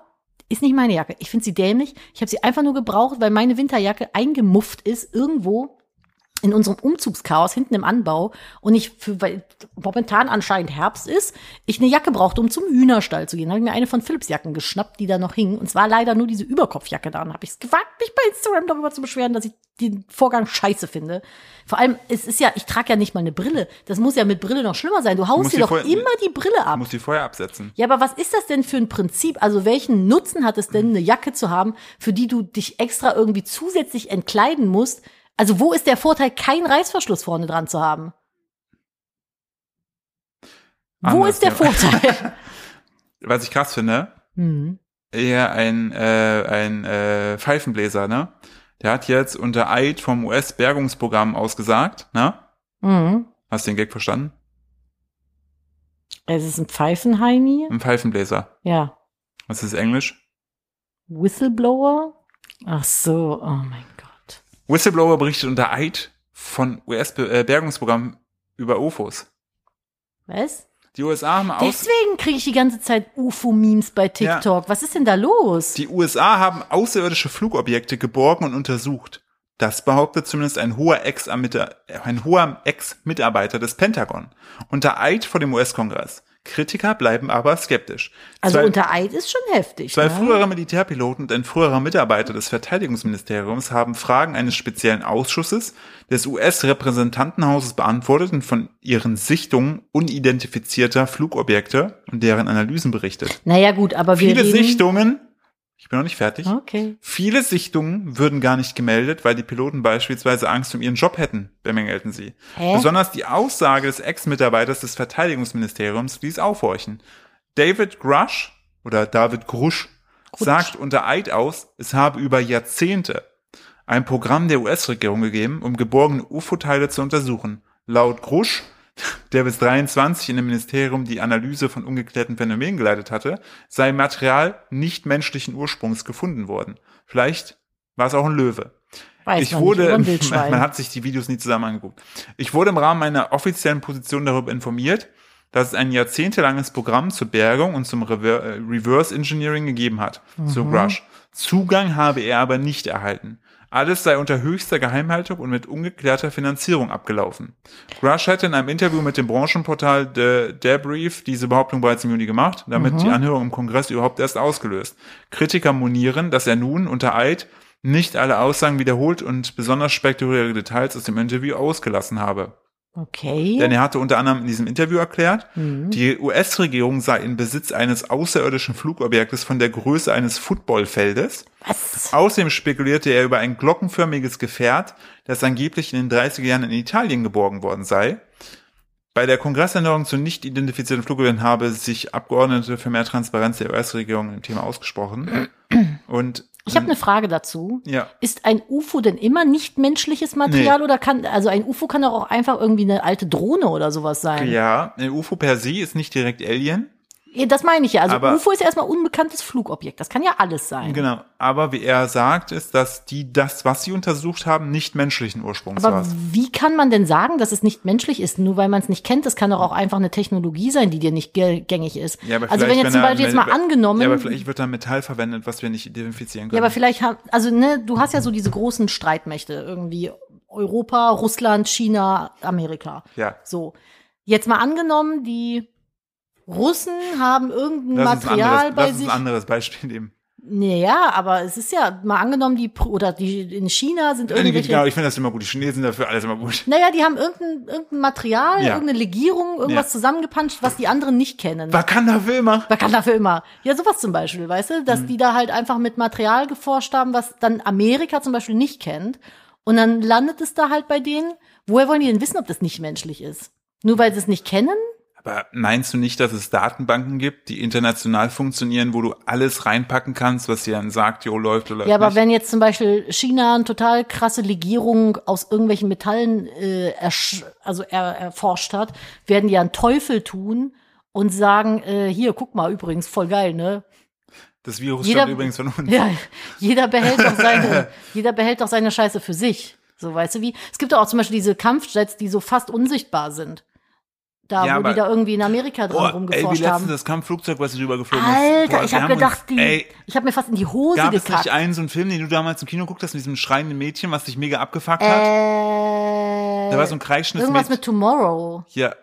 B: ist nicht meine Jacke. Ich finde sie dämlich. Ich habe sie einfach nur gebraucht, weil meine Winterjacke eingemufft ist irgendwo in unserem Umzugschaos hinten im Anbau und ich für weil momentan anscheinend Herbst ist, ich eine Jacke brauchte, um zum Hühnerstall zu gehen. Da habe ich mir eine von Philips Jacken geschnappt, die da noch hing und es war leider nur diese Überkopfjacke da und habe ich es gewagt, mich bei Instagram darüber zu beschweren, dass ich den Vorgang scheiße finde. Vor allem, es ist ja, ich trage ja nicht mal eine Brille. Das muss ja mit Brille noch schlimmer sein. Du haust
A: musst
B: dir
A: dir
B: doch
A: vorher-
B: immer die Brille ab.
A: Du musst die vorher absetzen.
B: Ja, aber was ist das denn für ein Prinzip? Also welchen Nutzen hat es denn, eine Jacke zu haben, für die du dich extra irgendwie zusätzlich entkleiden musst? Also wo ist der Vorteil, keinen Reißverschluss vorne dran zu haben? Wo
A: Anders,
B: ist der
A: ja.
B: Vorteil?
A: Was ich krass finde,
B: hm.
A: eher ein, äh, ein äh, Pfeifenbläser, ne? Der hat jetzt unter Eid vom US-Bergungsprogramm ausgesagt, ne?
B: Mhm.
A: Hast du den Gag verstanden?
B: Es ist ein Pfeifenheini.
A: Ein Pfeifenbläser.
B: Ja.
A: Was ist Englisch?
B: Whistleblower. Ach so, oh mein Gott.
A: Whistleblower berichtet unter Eid von US-Bergungsprogramm über UFOs.
B: Was?
A: Die USA haben aus
B: Deswegen kriege ich die ganze Zeit UFO-Memes bei TikTok. Was ist denn da los?
A: Die USA haben außerirdische Flugobjekte geborgen und untersucht. Das behauptet zumindest ein hoher Ex-Amita- äh, ein hoher Ex-Mitarbeiter des Pentagon unter Eid vor dem US-Kongress. Kritiker bleiben aber skeptisch.
B: also
A: zwei,
B: unter Eid ist schon heftig.
A: zwei
B: ne?
A: frühere Militärpiloten und ein früherer Mitarbeiter des Verteidigungsministeriums haben Fragen eines speziellen Ausschusses des US-Repräsentantenhauses beantwortet und von ihren Sichtungen unidentifizierter Flugobjekte und deren Analysen berichtet.
B: Naja gut, aber wir
A: Viele
B: reden...
A: Sichtungen. Ich bin noch nicht fertig.
B: Okay.
A: Viele Sichtungen würden gar nicht gemeldet, weil die Piloten beispielsweise Angst um ihren Job hätten, bemängelten sie.
B: Hä?
A: Besonders die Aussage des Ex-Mitarbeiters des Verteidigungsministeriums ließ aufhorchen. David Grush oder David Grush sagt unter Eid aus, es habe über Jahrzehnte ein Programm der US-Regierung gegeben, um geborgene UFO-Teile zu untersuchen. Laut Grusch, der bis 23 in dem Ministerium die Analyse von ungeklärten Phänomenen geleitet hatte, sei Material nicht menschlichen Ursprungs gefunden worden. Vielleicht war es auch ein Löwe.
B: Weiß
A: ich
B: man
A: wurde,
B: nicht, oder ein Wildschwein.
A: man hat sich die Videos nie zusammen angeguckt. Ich wurde im Rahmen meiner offiziellen Position darüber informiert, dass es ein jahrzehntelanges Programm zur Bergung und zum Rever äh, Reverse Engineering gegeben hat, zu
B: Mhm.
A: Grush. Zugang habe er aber nicht erhalten. Alles sei unter höchster Geheimhaltung und mit ungeklärter Finanzierung abgelaufen. Grush hätte in einem Interview mit dem Branchenportal The Debrief diese Behauptung bereits im Juni gemacht, damit
B: Mhm.
A: die Anhörung im Kongress überhaupt erst ausgelöst. Kritiker monieren, dass er nun unter Eid nicht alle Aussagen wiederholt und besonders spektakuläre Details aus dem Interview ausgelassen habe.
B: Okay.
A: Denn er hatte unter anderem in diesem Interview erklärt, die US-Regierung sei in Besitz eines außerirdischen Flugobjektes von der Größe eines Footballfeldes.
B: Was?
A: Außerdem spekulierte er über ein glockenförmiges Gefährt, das angeblich in den 30er Jahren in Italien geborgen worden sei. Bei der Kongressänderung zu nicht identifizierten Flugbildern habe sich Abgeordnete für mehr Transparenz der US-Regierung im Thema ausgesprochen. Und
B: Ich habe eine Frage dazu.
A: ja,
B: Ist ein UFO denn immer nicht menschliches Material
A: Nee.
B: oder kann, also ein UFO kann doch auch einfach irgendwie eine alte Drohne oder sowas sein.
A: ja, ein UFO per se ist nicht direkt Alien.
B: Ja, Das meine ich ja. Also
A: Aber-
B: UFO ist erstmal unbekanntes Flugobjekt. Das kann ja alles sein.
A: Genau. Aber wie er sagt, ist, dass die das, was sie untersucht haben, nicht menschlichen Ursprungs
B: Aber
A: war.
B: wie kann man denn sagen, dass es nicht menschlich ist, nur weil man es nicht kennt? Das kann doch auch einfach eine Technologie sein, die dir nicht gäl- gängig ist.
A: Ja, aber
B: also wenn
A: vielleicht,
B: jetzt zum
A: er-
B: Beispiel jetzt mal angenommen,
A: Ja, aber vielleicht wird da Metall verwendet, was wir nicht identifizieren können.
B: Ja, aber vielleicht haben, also ne, du hast ja so diese großen Streitmächte irgendwie Europa, Russland, China, Amerika.
A: Ja.
B: So. Jetzt mal angenommen, die Russen haben irgendein
A: das ist ein
B: Material
A: anderes,
B: bei
A: das ist
B: sich.
A: ein anderes Beispiel nehmen.
B: Naja, aber es ist ja mal angenommen, die Pro- oder die in China sind irgendwelche.
A: Genau, ich finde das immer gut. Die Chinesen sind dafür alles immer gut.
B: Naja, die haben irgendein, irgendein Material,
A: Ja.
B: irgendeine Legierung, irgendwas
A: Ja.
B: zusammengepanscht, was die anderen nicht kennen.
A: Wakanda will immer.
B: Man kann dafür immer. Ja, sowas zum Beispiel, weißt du, dass die da halt einfach mit Material geforscht haben, was dann Amerika zum Beispiel nicht kennt. Und dann landet es da halt bei denen. Woher wollen die denn wissen, ob das nicht menschlich ist? Nur weil sie es nicht kennen?
A: Aber meinst du nicht, dass es Datenbanken gibt, die international funktionieren, wo du alles reinpacken kannst, was dir dann sagt, jo, läuft oder läuft
B: Ja, aber
A: nicht?
B: wenn jetzt zum Beispiel China eine total krasse Legierung aus irgendwelchen Metallen äh, ersch also er erforscht hat, werden die ja einen Teufel tun und sagen, äh, hier, guck mal, übrigens, voll geil, ne?
A: das Virus
B: jeder-
A: stammt übrigens von uns.
B: Ja, jeder behält doch seine, jeder behält doch seine Scheiße für sich. So, weißt du wie? Es gibt doch auch zum Beispiel diese Kampfjets, die so fast unsichtbar sind. Da,
A: Ja,
B: wo die
A: aber-
B: da irgendwie in Amerika dran
A: Boah, ey, wie
B: rumgeforscht
A: letztens
B: haben.
A: das Kampfflugzeug, was hier rübergeflogen ist.
B: Alter,
A: Boah,
B: ich
A: wir
B: habe
A: haben
B: gedacht,
A: uns,
B: die,
A: ey,
B: ich habe mir fast in die Hose
A: Gab es
B: gekackt.
A: nicht einen so einen Film, den du damals im Kino guckt hast, mit diesem schreienden Mädchen, was dich mega abgefuckt hat?
B: Äh,
A: Da war so ein kreischendes
B: irgendwas
A: Mädchen.
B: mit Tomorrow.
A: Ja,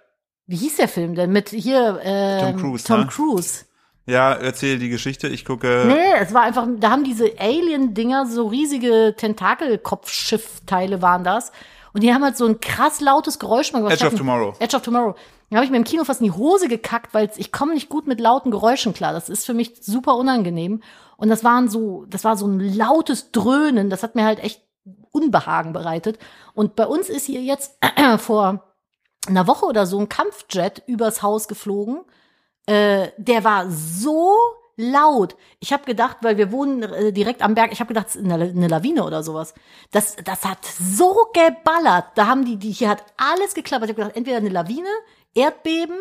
B: Wie hieß der Film denn? Mit hier äh,
A: Tom Cruise,
B: Tom
A: ne?
B: Cruise.
A: ja, erzähl die Geschichte, ich gucke.
B: Nee, es war einfach, da haben diese Alien-Dinger, so riesige Tentakelkopfschiffteile waren das. Und die haben halt so ein krass lautes Geräusch mal gemacht.
A: Edge
B: Ich
A: of
B: hab-
A: Tomorrow.
B: Edge of Tomorrow. Da habe ich mir im Kino fast in die Hose gekackt, weil ich komme nicht gut mit lauten Geräuschen klar. Das ist für mich super unangenehm. Und das waren so, das war so ein lautes Dröhnen. Das hat mir halt echt Unbehagen bereitet. Und bei uns ist hier jetzt vor einer Woche oder so ein Kampfjet übers Haus geflogen. Äh, der war so laut. Ich habe gedacht, weil wir wohnen äh, direkt am Berg, ich habe gedacht, es ist eine, eine Lawine oder sowas. Das, das hat so geballert. Da haben die, die hier hat alles geklappert. Ich habe gedacht, entweder eine Lawine, Erdbeben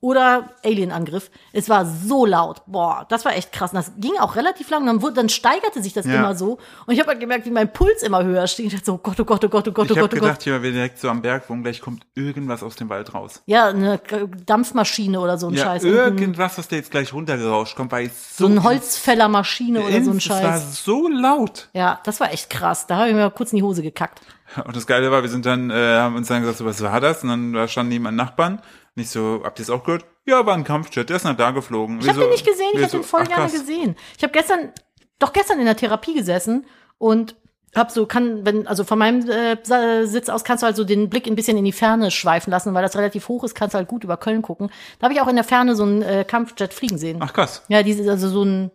B: oder Alienangriff. Es war so laut. Boah, das war echt krass. Und das ging auch relativ lang. Dann, wurde, dann steigerte sich das
A: Ja.
B: immer so. Und ich habe halt gemerkt, wie mein Puls immer höher stieg. Ich dachte so, oh Gott, oh Gott, oh Gott, oh
A: Ich
B: Gott, oh
A: habe
B: Gott, oh Gott.
A: gedacht, hier, wir direkt so am Berg wohnen, gleich kommt irgendwas aus dem Wald raus.
B: Ja, eine Dampfmaschine oder so ein
A: Ja,
B: Scheiß. Irgendein-
A: irgendwas, was dir jetzt gleich runtergerauscht kommt, weil es
B: So eine Holzfällermaschine oder so ein
A: Es war
B: Scheiß.
A: so laut.
B: Ja, das war echt krass. Da habe ich mir kurz in die Hose gekackt.
A: Und das Geile war, wir sind dann, äh, haben uns dann gesagt, so, was war das? Und dann da stand neben einem Nachbarn. Nicht so, habt ihr es auch gehört? Ja, war ein Kampfjet, der ist nach da geflogen.
B: Ich habe den nicht gesehen, ich habe den voll gerne gesehen. Ich habe gestern, doch gestern in der Therapie gesessen und hab so, kann, wenn, also von meinem äh, Sa- Sitz aus kannst du halt so den Blick ein bisschen in die Ferne schweifen lassen, weil das relativ hoch ist, kannst du halt gut über Köln gucken. Da habe ich auch in der Ferne so einen äh, Kampfjet fliegen sehen.
A: Ach krass,
B: Ja, die sind also so ein,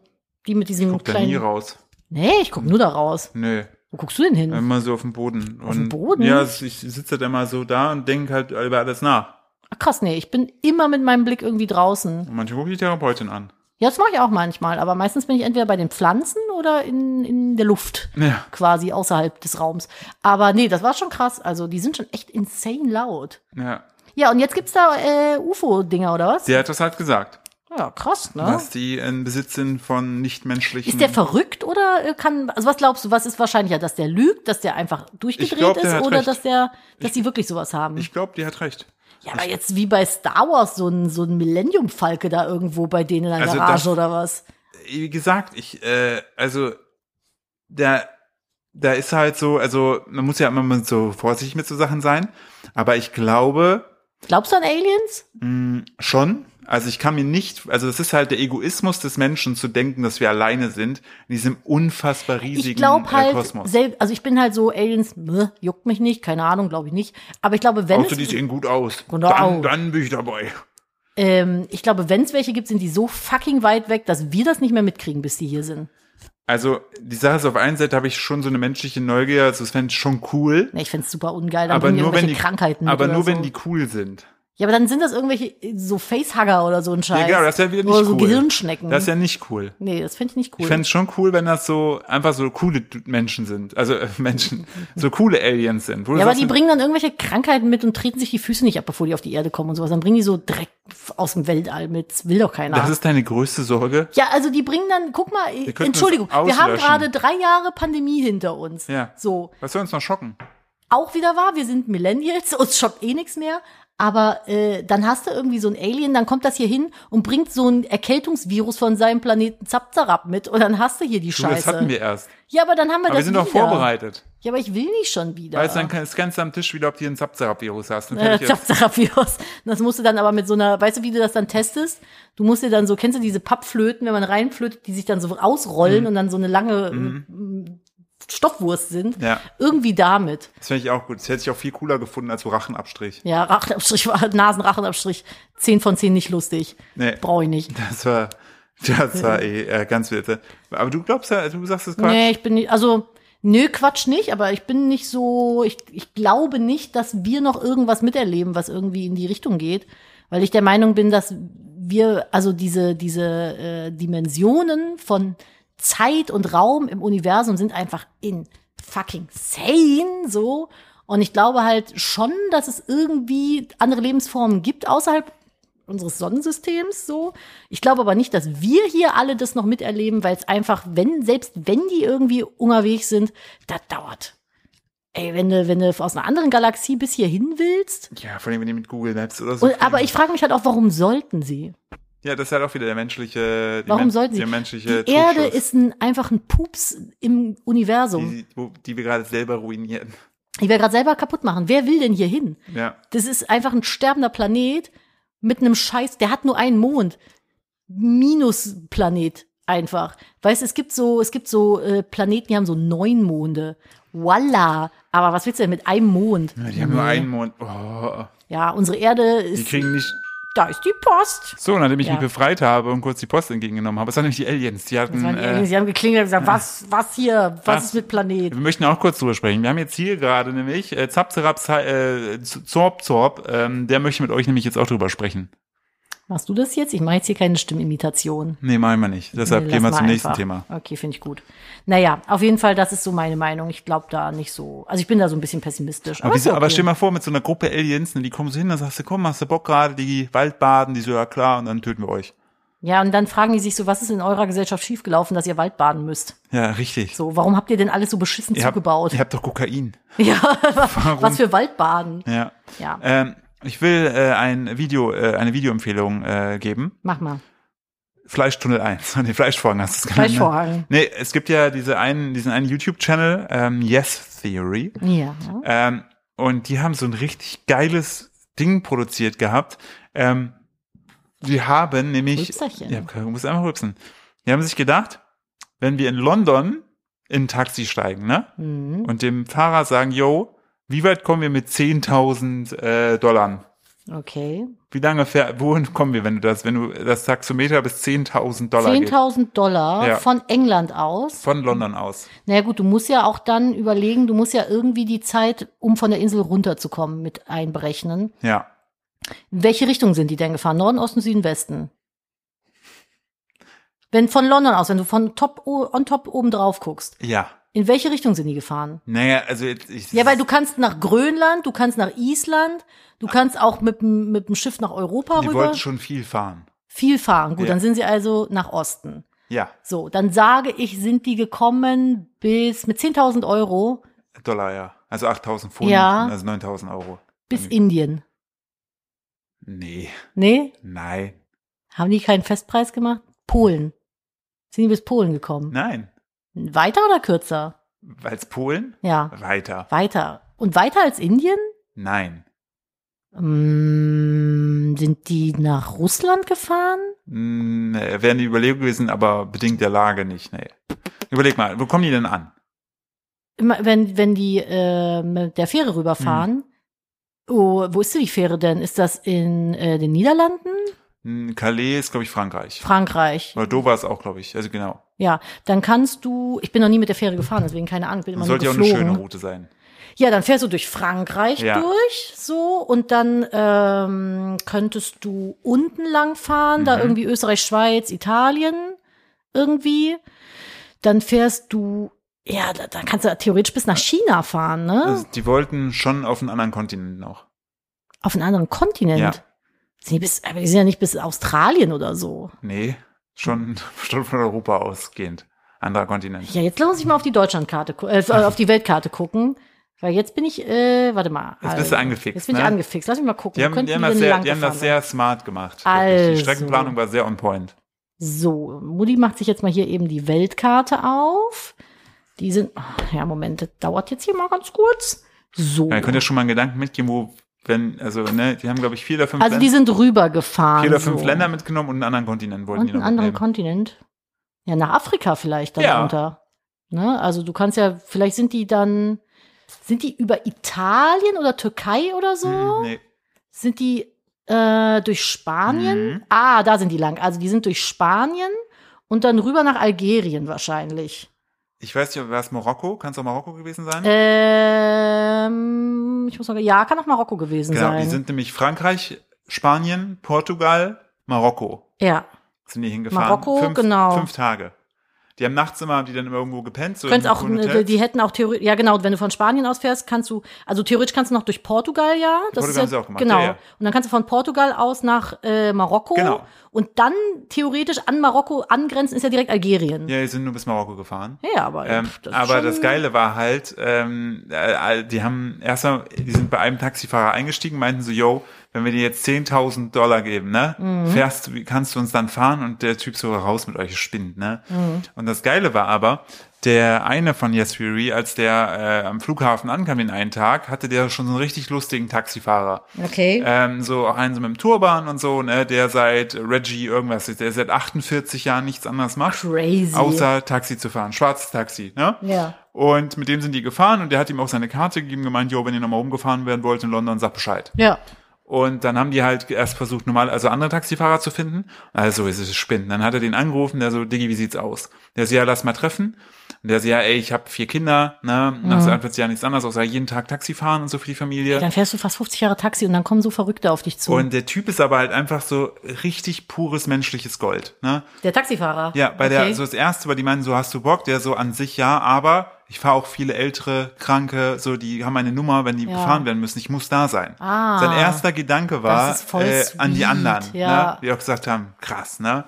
B: die mit diesem
A: guck da nie
B: kleinen.
A: raus.
B: Nee, ich guck nur da raus.
A: Nö.
B: Wo guckst du denn hin?
A: Immer so auf dem Boden. Auf
B: dem Boden?
A: Ja, ich sitze halt immer so da und denke halt über alles nach.
B: Ach, krass, nee, ich bin immer mit meinem Blick irgendwie draußen.
A: Und manchmal gucke ich die Therapeutin an.
B: Ja, das mache ich auch manchmal, aber meistens bin ich entweder bei den Pflanzen oder in, in der Luft.
A: Ja.
B: Quasi außerhalb des Raums. Aber nee, das war schon krass. Also, die sind schon echt insane laut.
A: Ja.
B: Ja, und jetzt gibt's da äh, UFO-Dinger oder was?
A: Der hat das halt gesagt.
B: Ja, krass, ne?
A: Dass die in Besitz sind von nichtmenschlichen.
B: Ist der verrückt oder äh, kann, also was glaubst du, was ist wahrscheinlicher, dass der lügt, dass der einfach durchgedreht
A: glaub, der
B: ist
A: hat
B: oder
A: recht.
B: dass der, dass die wirklich sowas haben?
A: ich glaube, die hat recht.
B: ja, aber jetzt wie bei Star Wars so ein, so ein Millennium-Falke da irgendwo bei denen in der
A: Also
B: Garage
A: das-
B: oder was?
A: Wie gesagt, ich, äh, also, da, da ist halt so, also, man muss ja immer mal so vorsichtig mit so Sachen sein. Aber ich glaube,
B: Glaubst du an Aliens?
A: mh, schon. Also ich kann mir nicht, also das ist halt der Egoismus des Menschen zu denken, dass wir alleine sind in diesem unfassbar riesigen
B: ich glaube
A: äh,
B: halt,
A: Kosmos.
B: selb, also ich bin halt so, Aliens, meh, juckt mich nicht, keine Ahnung, glaube ich nicht. Aber ich glaube, wenn
A: Außer die
B: es,
A: sehen gut aus.
B: Genau.
A: Dann, dann bin ich dabei.
B: ähm, ich glaube, wenn es welche gibt, sind die so fucking weit weg, dass wir das nicht mehr mitkriegen, bis die hier sind.
A: Also die Sache ist, auf einer Seite habe ich schon so eine menschliche Neugier, also das fände ich schon cool.
B: Ne, ich find's super ungeil, dann
A: Aber
B: bringen die
A: nur wenn
B: irgendwelche
A: die
B: Krankheiten mit
A: aber
B: oder
A: nur
B: so.
A: wenn die cool sind.
B: Ja, aber dann sind das irgendwelche äh, so Facehugger oder so ein Scheiß.
A: genau, das wäre wieder nicht
B: Oder so
A: cool.
B: Gehirnschnecken.
A: Das ist ja nicht cool.
B: nee, das finde ich nicht cool.
A: Ich fände es schon cool, wenn das so einfach so coole Du- Menschen sind. Also äh, Menschen, so coole Aliens sind. Wo du
B: ja, aber
A: sagst,
B: die bringen dann irgendwelche Krankheiten mit und treten sich die Füße nicht ab, bevor die auf die Erde kommen und sowas. Dann bringen die so Dreck aus dem Weltall mit. Das will doch keiner.
A: das ist deine größte Sorge.
B: Ja, also die bringen dann, guck mal,
A: könnten
B: Entschuldigung,
A: das
B: wir haben
A: auslöschen.
B: gerade drei Jahre Pandemie hinter uns.
A: Ja.
B: So,
A: Was soll uns noch schocken?
B: auch wieder wahr, wir sind Millennials, uns schockt eh nichts mehr. Aber äh, dann hast du irgendwie so ein Alien, dann kommt das hier hin und bringt so ein Erkältungsvirus von seinem Planeten Zapzarab mit und dann hast du hier die
A: Du,
B: Scheiße.
A: das hatten wir erst.
B: Ja, aber dann haben wir
A: Aber
B: das
A: wir sind doch
B: wieder.
A: vorbereitet.
B: Ja, aber ich will nicht schon wieder.
A: Weißt du, dann kann- ist ganz am Tisch wieder, ob du einen Zapzerab-Virus hast. Dann kann
B: Äh,
A: ich jetzt,
B: Zapzarabios. Das musst du dann aber mit so einer, weißt du, wie du das dann testest? Du musst dir dann so, kennst du diese Pappflöten, wenn man reinflötet, die sich dann so ausrollen
A: Mhm.
B: und dann so eine lange m, Stoffwurst sind?
A: Ja.
B: Irgendwie damit.
A: das finde ich auch gut. Das hätte ich auch viel cooler gefunden als so Rachenabstrich.
B: Ja, Rachenabstrich, war- Nasenrachenabstrich, 10 von 10 nicht lustig.
A: Nee.
B: Brauche ich nicht.
A: Das war, das war eh äh, ganz wild. Aber du glaubst ja, du sagst es Quatsch.
B: Nee, ich bin nicht, also, nö, Quatsch nicht, aber ich bin nicht so, ich, ich glaube nicht, dass wir noch irgendwas miterleben, was irgendwie in die Richtung geht, weil ich der Meinung bin, dass wir, also diese, diese äh, Dimensionen von Zeit und Raum im Universum sind einfach in fucking sane, so. Und ich glaube halt schon, dass es irgendwie andere Lebensformen gibt außerhalb unseres Sonnensystems so. Ich glaube aber nicht, dass wir hier alle das noch miterleben, weil es einfach, wenn, selbst wenn die irgendwie unterwegs sind, das dauert. Ey, wenn du, wenn du aus einer anderen Galaxie bis hierhin willst.
A: Ja, vor allem wenn die mit Google Maps oder so.
B: Und, aber
A: fliegen.
B: ich frage mich halt auch, warum sollten sie?
A: ja, das ist halt auch wieder der menschliche. die
B: Warum
A: men-
B: sollten sie?
A: Der menschliche
B: die Erde
A: Trugschluss,
B: ist ein, einfach ein Pups im Universum.
A: Die, wo, die wir gerade selber ruinieren.
B: Die wir gerade selber kaputt machen. Wer will denn hier hin?
A: Ja.
B: Das ist einfach ein sterbender Planet mit einem Scheiß, der hat nur einen Mond. Minusplanet einfach. Weißt, es gibt so, es gibt so äh, Planeten, die haben so neun Monde. Voila. Aber was willst du denn mit einem Mond?
A: Ja, Die haben nur einen Mond. Oh,
B: Ja, unsere Erde
A: die
B: ist,
A: kriegen nicht.
B: da ist die Post.
A: So, nachdem ich
B: Ja.
A: mich befreit habe und kurz die Post entgegengenommen habe, das waren nämlich die Aliens. Die hatten.
B: Das waren die
A: äh,
B: Aliens, die haben geklingelt und gesagt, was, was hier? Was,
A: Was?
B: ist mit Planet?
A: Wir möchten auch kurz drüber sprechen. Wir haben jetzt hier gerade nämlich äh, Zapzerab, Za- äh, Z- Zorb, Zorb, ähm, der möchte mit euch nämlich jetzt auch drüber sprechen.
B: Machst du das jetzt? Ich mache jetzt hier keine Stimmimitation.
A: Nee, meinen wir nicht. Deshalb
B: Nee,
A: gehen wir
B: lass
A: zum
B: mal
A: nächsten
B: einfach.
A: Thema.
B: Okay, finde ich gut. Naja, auf jeden Fall, das ist so meine Meinung. Ich glaube da nicht so. Also ich bin da so ein bisschen pessimistisch.
A: Aber,
B: ist
A: wieso,
B: ja
A: aber
B: okay.
A: stell mal vor, mit so einer Gruppe Aliens, ne, die kommen so hin, dann sagst du, komm, hast du Bock gerade, die Waldbaden, die so, ja klar, und dann töten wir euch.
B: Ja, und dann fragen die sich so, was ist in eurer Gesellschaft schiefgelaufen, dass ihr Wald baden müsst?
A: Ja, richtig.
B: So, warum habt ihr denn alles so beschissen
A: ihr, habt,
B: zugebaut?
A: ihr habt doch Kokain.
B: ja, was für Waldbaden?
A: Ja.
B: Ja,
A: Ähm, ich will äh, ein Video, äh, eine Videoempfehlung äh, geben.
B: mach mal.
A: Fleischtunnel 1. Nee, Fleischvorhang hast du es genannt, ne?
B: Fleischvorhang.
A: Nee, es gibt ja diese einen, diesen einen YouTube-Channel, ähm, Yes Theory.
B: Ja.
A: Ähm, und die haben so ein richtig geiles Ding produziert gehabt. Ähm, die haben nämlich.
B: Rübserchen.
A: Ja, du musst einfach rübsen. Die haben sich gedacht, wenn wir in London in ein Taxi steigen, ne?
B: Mhm.
A: Und dem Fahrer sagen, yo, wie weit kommen wir mit 10.000 äh, Dollar?
B: Okay.
A: Wie lange fähr, wohin kommen wir, wenn du das, wenn du das Taxometer bis 10.000 Dollar geht?
B: 10.000 Dollar
A: Ja.
B: von England aus.
A: Von London aus.
B: Naja gut, du musst ja auch dann überlegen, du musst ja irgendwie die Zeit, um von der Insel runterzukommen, mit einberechnen.
A: Ja.
B: In welche Richtung sind die denn gefahren? Norden, Osten, Süden, Westen? Wenn von London aus, wenn du von top, o- on top oben drauf guckst,
A: Ja.
B: in welche Richtung sind die gefahren?
A: Naja, also jetzt, ich,
B: Ja, weil du kannst nach Grönland, du kannst nach Island, du kannst auch mit, dem- mit dem Schiff nach Europa
A: die
B: rüber.
A: wollten schon viel fahren.
B: Viel fahren. Gut,
A: Ja.
B: dann sind sie also nach Osten.
A: Ja,
B: So, dann sage ich, sind die gekommen bis mit 10.000 Euro
A: Dollar, ja. Also 8.000 Pfund,
B: Ja.
A: also 9.000 Euro.
B: bis Indien.
A: Nee,
B: Nee?
A: nein,
B: Haben die keinen Festpreis gemacht? Polen. Sind die bis Polen gekommen?
A: nein. Ne.
B: Weiter oder kürzer?
A: Weil's Polen?
B: Ja,
A: Weiter.
B: weiter. Und weiter als Indien?
A: Nein,
B: Mm, sind die nach Russland gefahren?
A: Hm, äh, wären die Überlegung gewesen, aber bedingt der Lage nicht, nee. Überleg mal, wo kommen die denn an?
B: Immer, wenn, wenn die äh, mit der Fähre
A: Hm.
B: rüberfahren. Oh, wo ist denn die Fähre denn? Ist das in äh, den Niederlanden?
A: Hm, Calais ist, glaube ich, Frankreich.
B: Frankreich.
A: Oder Dover ist auch, glaube ich, also genau.
B: Ja, dann kannst du, ich bin noch nie mit der Fähre gefahren, deswegen keine Ahnung, ich bin immer
A: Das sollte ja
B: nur
A: auch eine
B: geflogen.
A: schöne Route sein.
B: Ja, dann fährst du durch Frankreich
A: Ja.
B: durch, so, und dann ähm, könntest du unten lang fahren,
A: Mhm.
B: da irgendwie Österreich, Schweiz, Italien irgendwie. Dann fährst du, ja, da, da kannst du theoretisch bis nach China fahren, ne?
A: Also, die wollten schon auf einen anderen Kontinent noch.
B: Auf einen anderen Kontinent.
A: Ja.
B: Sind die, bis, aber die sind ja nicht bis Australien oder so.
A: Nee, schon, schon von Europa ausgehend. Anderer Kontinent.
B: Hm. Ja, jetzt lass uns mal auf die Deutschlandkarte, gu- äh, auf die Weltkarte gucken. Weil jetzt bin ich, äh, warte mal.
A: Jetzt bist du angefixt,
B: Jetzt bin ich
A: ne?
B: angefixt. Lass mich mal gucken.
A: Die haben,
B: Könnten
A: die haben,
B: wir
A: das
B: denn
A: sehr,
B: lang
A: die haben das
B: gefahren
A: sehr smart gemacht. wirklich.
B: Also. Oh.
A: Die Streckenplanung war sehr on point.
B: So, Mutti macht sich jetzt mal hier eben die Weltkarte auf. Die sind, ach, ja, Moment, das dauert jetzt hier mal ganz kurz. So.
A: Ja, ihr könnt ja schon mal einen Gedanken mitgeben, wo, wenn, also, ne, die haben, glaube ich, vier oder fünf,
B: also die
A: Länder,
B: sind rübergefahren.
A: vier oder fünf
B: so.
A: Länder mitgenommen und einen anderen Kontinent wollten
B: Und
A: die
B: einen
A: noch
B: anderen
A: mitnehmen.
B: Kontinent. Ja, nach Afrika vielleicht dann
A: Ja.
B: runter. Ne? Also du kannst ja, vielleicht sind die dann, sind die über Italien oder Türkei oder so?
A: Hm, nee.
B: Sind die äh, durch Spanien?
A: Mhm.
B: Ah, da sind die lang. Also die sind durch Spanien und dann rüber nach Algerien wahrscheinlich.
A: Ich weiß nicht, war es Marokko? Kann es auch Marokko gewesen sein?
B: Ähm, ich muss sagen, ja, kann auch Marokko gewesen
A: genau,
B: sein.
A: die sind nämlich Frankreich, Spanien, Portugal, Marokko.
B: ja,
A: sind die hingefahren.
B: Marokko,
A: fünf,
B: genau.
A: Fünf Tage. Die haben nachts immer, haben die dann immer irgendwo gepennt. So
B: könntest
A: in
B: auch,
A: coolen
B: äh,
A: Hotels.
B: die hätten auch theoretisch, ja genau, wenn du von Spanien aus fährst, kannst du, also theoretisch kannst du noch durch Portugal, ja. Das
A: Portugal
B: ist ja,
A: haben sie auch gemacht,
B: Genau.
A: ja, ja.
B: Und dann kannst du von Portugal aus nach äh, Marokko.
A: Genau.
B: Und dann theoretisch an Marokko angrenzen ist ja direkt Algerien. Ja,
A: ja, die sind nur bis Marokko gefahren.
B: aber,
A: Ähm,
B: pff, das ist
A: aber
B: schon-
A: das Geile war halt, ähm, äh, die haben erstmal, die sind bei einem Taxifahrer eingestiegen, meinten so, yo, wenn wir dir jetzt 10.000 Dollar geben, ne,
B: Mhm.
A: fährst du, wie- kannst du uns dann fahren und der Typ so raus mit euch ihr spinnt, ne.
B: Mhm.
A: Und das Geile war aber, der eine von Yes Fury, als der äh, am Flughafen ankam den einen Tag, hatte der schon so einen richtig lustigen Taxifahrer.
B: Okay.
A: Ähm, so auch einen so mit dem Turban und so, ne, der seit Reggie irgendwas, der seit 48 Jahren nichts anderes macht.
B: Crazy.
A: Außer Taxi zu fahren, schwarzes Taxi, ne?
B: Ja.
A: Und mit dem sind die gefahren und der hat ihm auch seine Karte gegeben, gemeint, jo, wenn ihr nochmal umgefahren werden wollt in London, sagt Bescheid.
B: ja.
A: Und dann haben die halt erst versucht, normal, also andere Taxifahrer zu finden. Also, es ist Spinnen. Dann hat er den angerufen, der so, Diggi, wie sieht's aus? Der so, ja, lass mal treffen. Und der so, ja, ey, ich habe vier Kinder, ne? Nach 41 Jahren nichts anderes, außer jeden Tag Taxi fahren und so für die Familie.
B: Dann fährst du fast 50 Jahre Taxi und dann kommen so Verrückte auf dich zu.
A: Und der Typ ist aber halt einfach so richtig pures menschliches Gold. Ne?
B: der Taxifahrer.
A: Ja, bei
B: Okay.
A: der, so das erste, weil die meinen, so hast du Bock, der so an sich ja, aber ich fahre auch viele ältere, kranke, so die haben eine Nummer, wenn die gefahren werden müssen, ich muss da sein.
B: Ah.
A: Sein erster Gedanke war
B: Das ist voll
A: äh, an die
B: sweet,
A: anderen,
B: ja.
A: ne? die auch gesagt haben, krass, ne?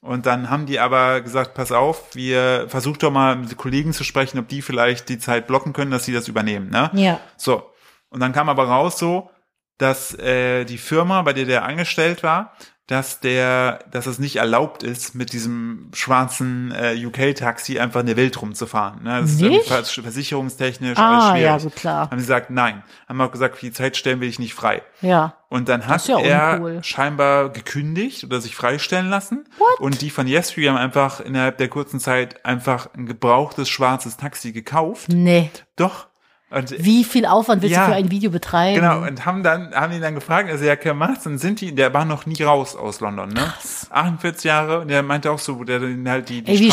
A: Und dann haben die aber gesagt, pass auf, wir versucht doch mal mit Kollegen zu sprechen, ob die vielleicht die Zeit blocken können, dass sie das übernehmen, ne?
B: Ja.
A: So. Und dann kam aber raus so, dass äh, die Firma, bei der der angestellt war, dass der, dass es nicht erlaubt ist, mit diesem schwarzen äh, UK-Taxi einfach in der Welt rumzufahren. Ne? Das ist irgendwie
B: Nicht?
A: vers versicherungstechnisch alles
B: Ah,
A: schwierig.
B: ja, gut, klar.
A: Haben sie gesagt, nein. Haben auch gesagt, für die Zeit stellen will ich nicht frei.
B: Ja.
A: Und dann hat
B: ist ja
A: er
B: uncool.
A: scheinbar gekündigt oder sich freistellen lassen. Und die von Yesterday haben einfach innerhalb der kurzen Zeit einfach ein gebrauchtes schwarzes Taxi gekauft.
B: Nee.
A: Doch. Und
B: Wie viel Aufwand willst
A: Ja.
B: du für ein Video betreiben?
A: Genau, und haben dann, haben die dann gefragt, also ja, Kerr macht's, und sind die, der war noch nie raus aus London, ne? 48 Jahre, und der meinte auch so, wo der dann halt die, die,
B: Ey, wie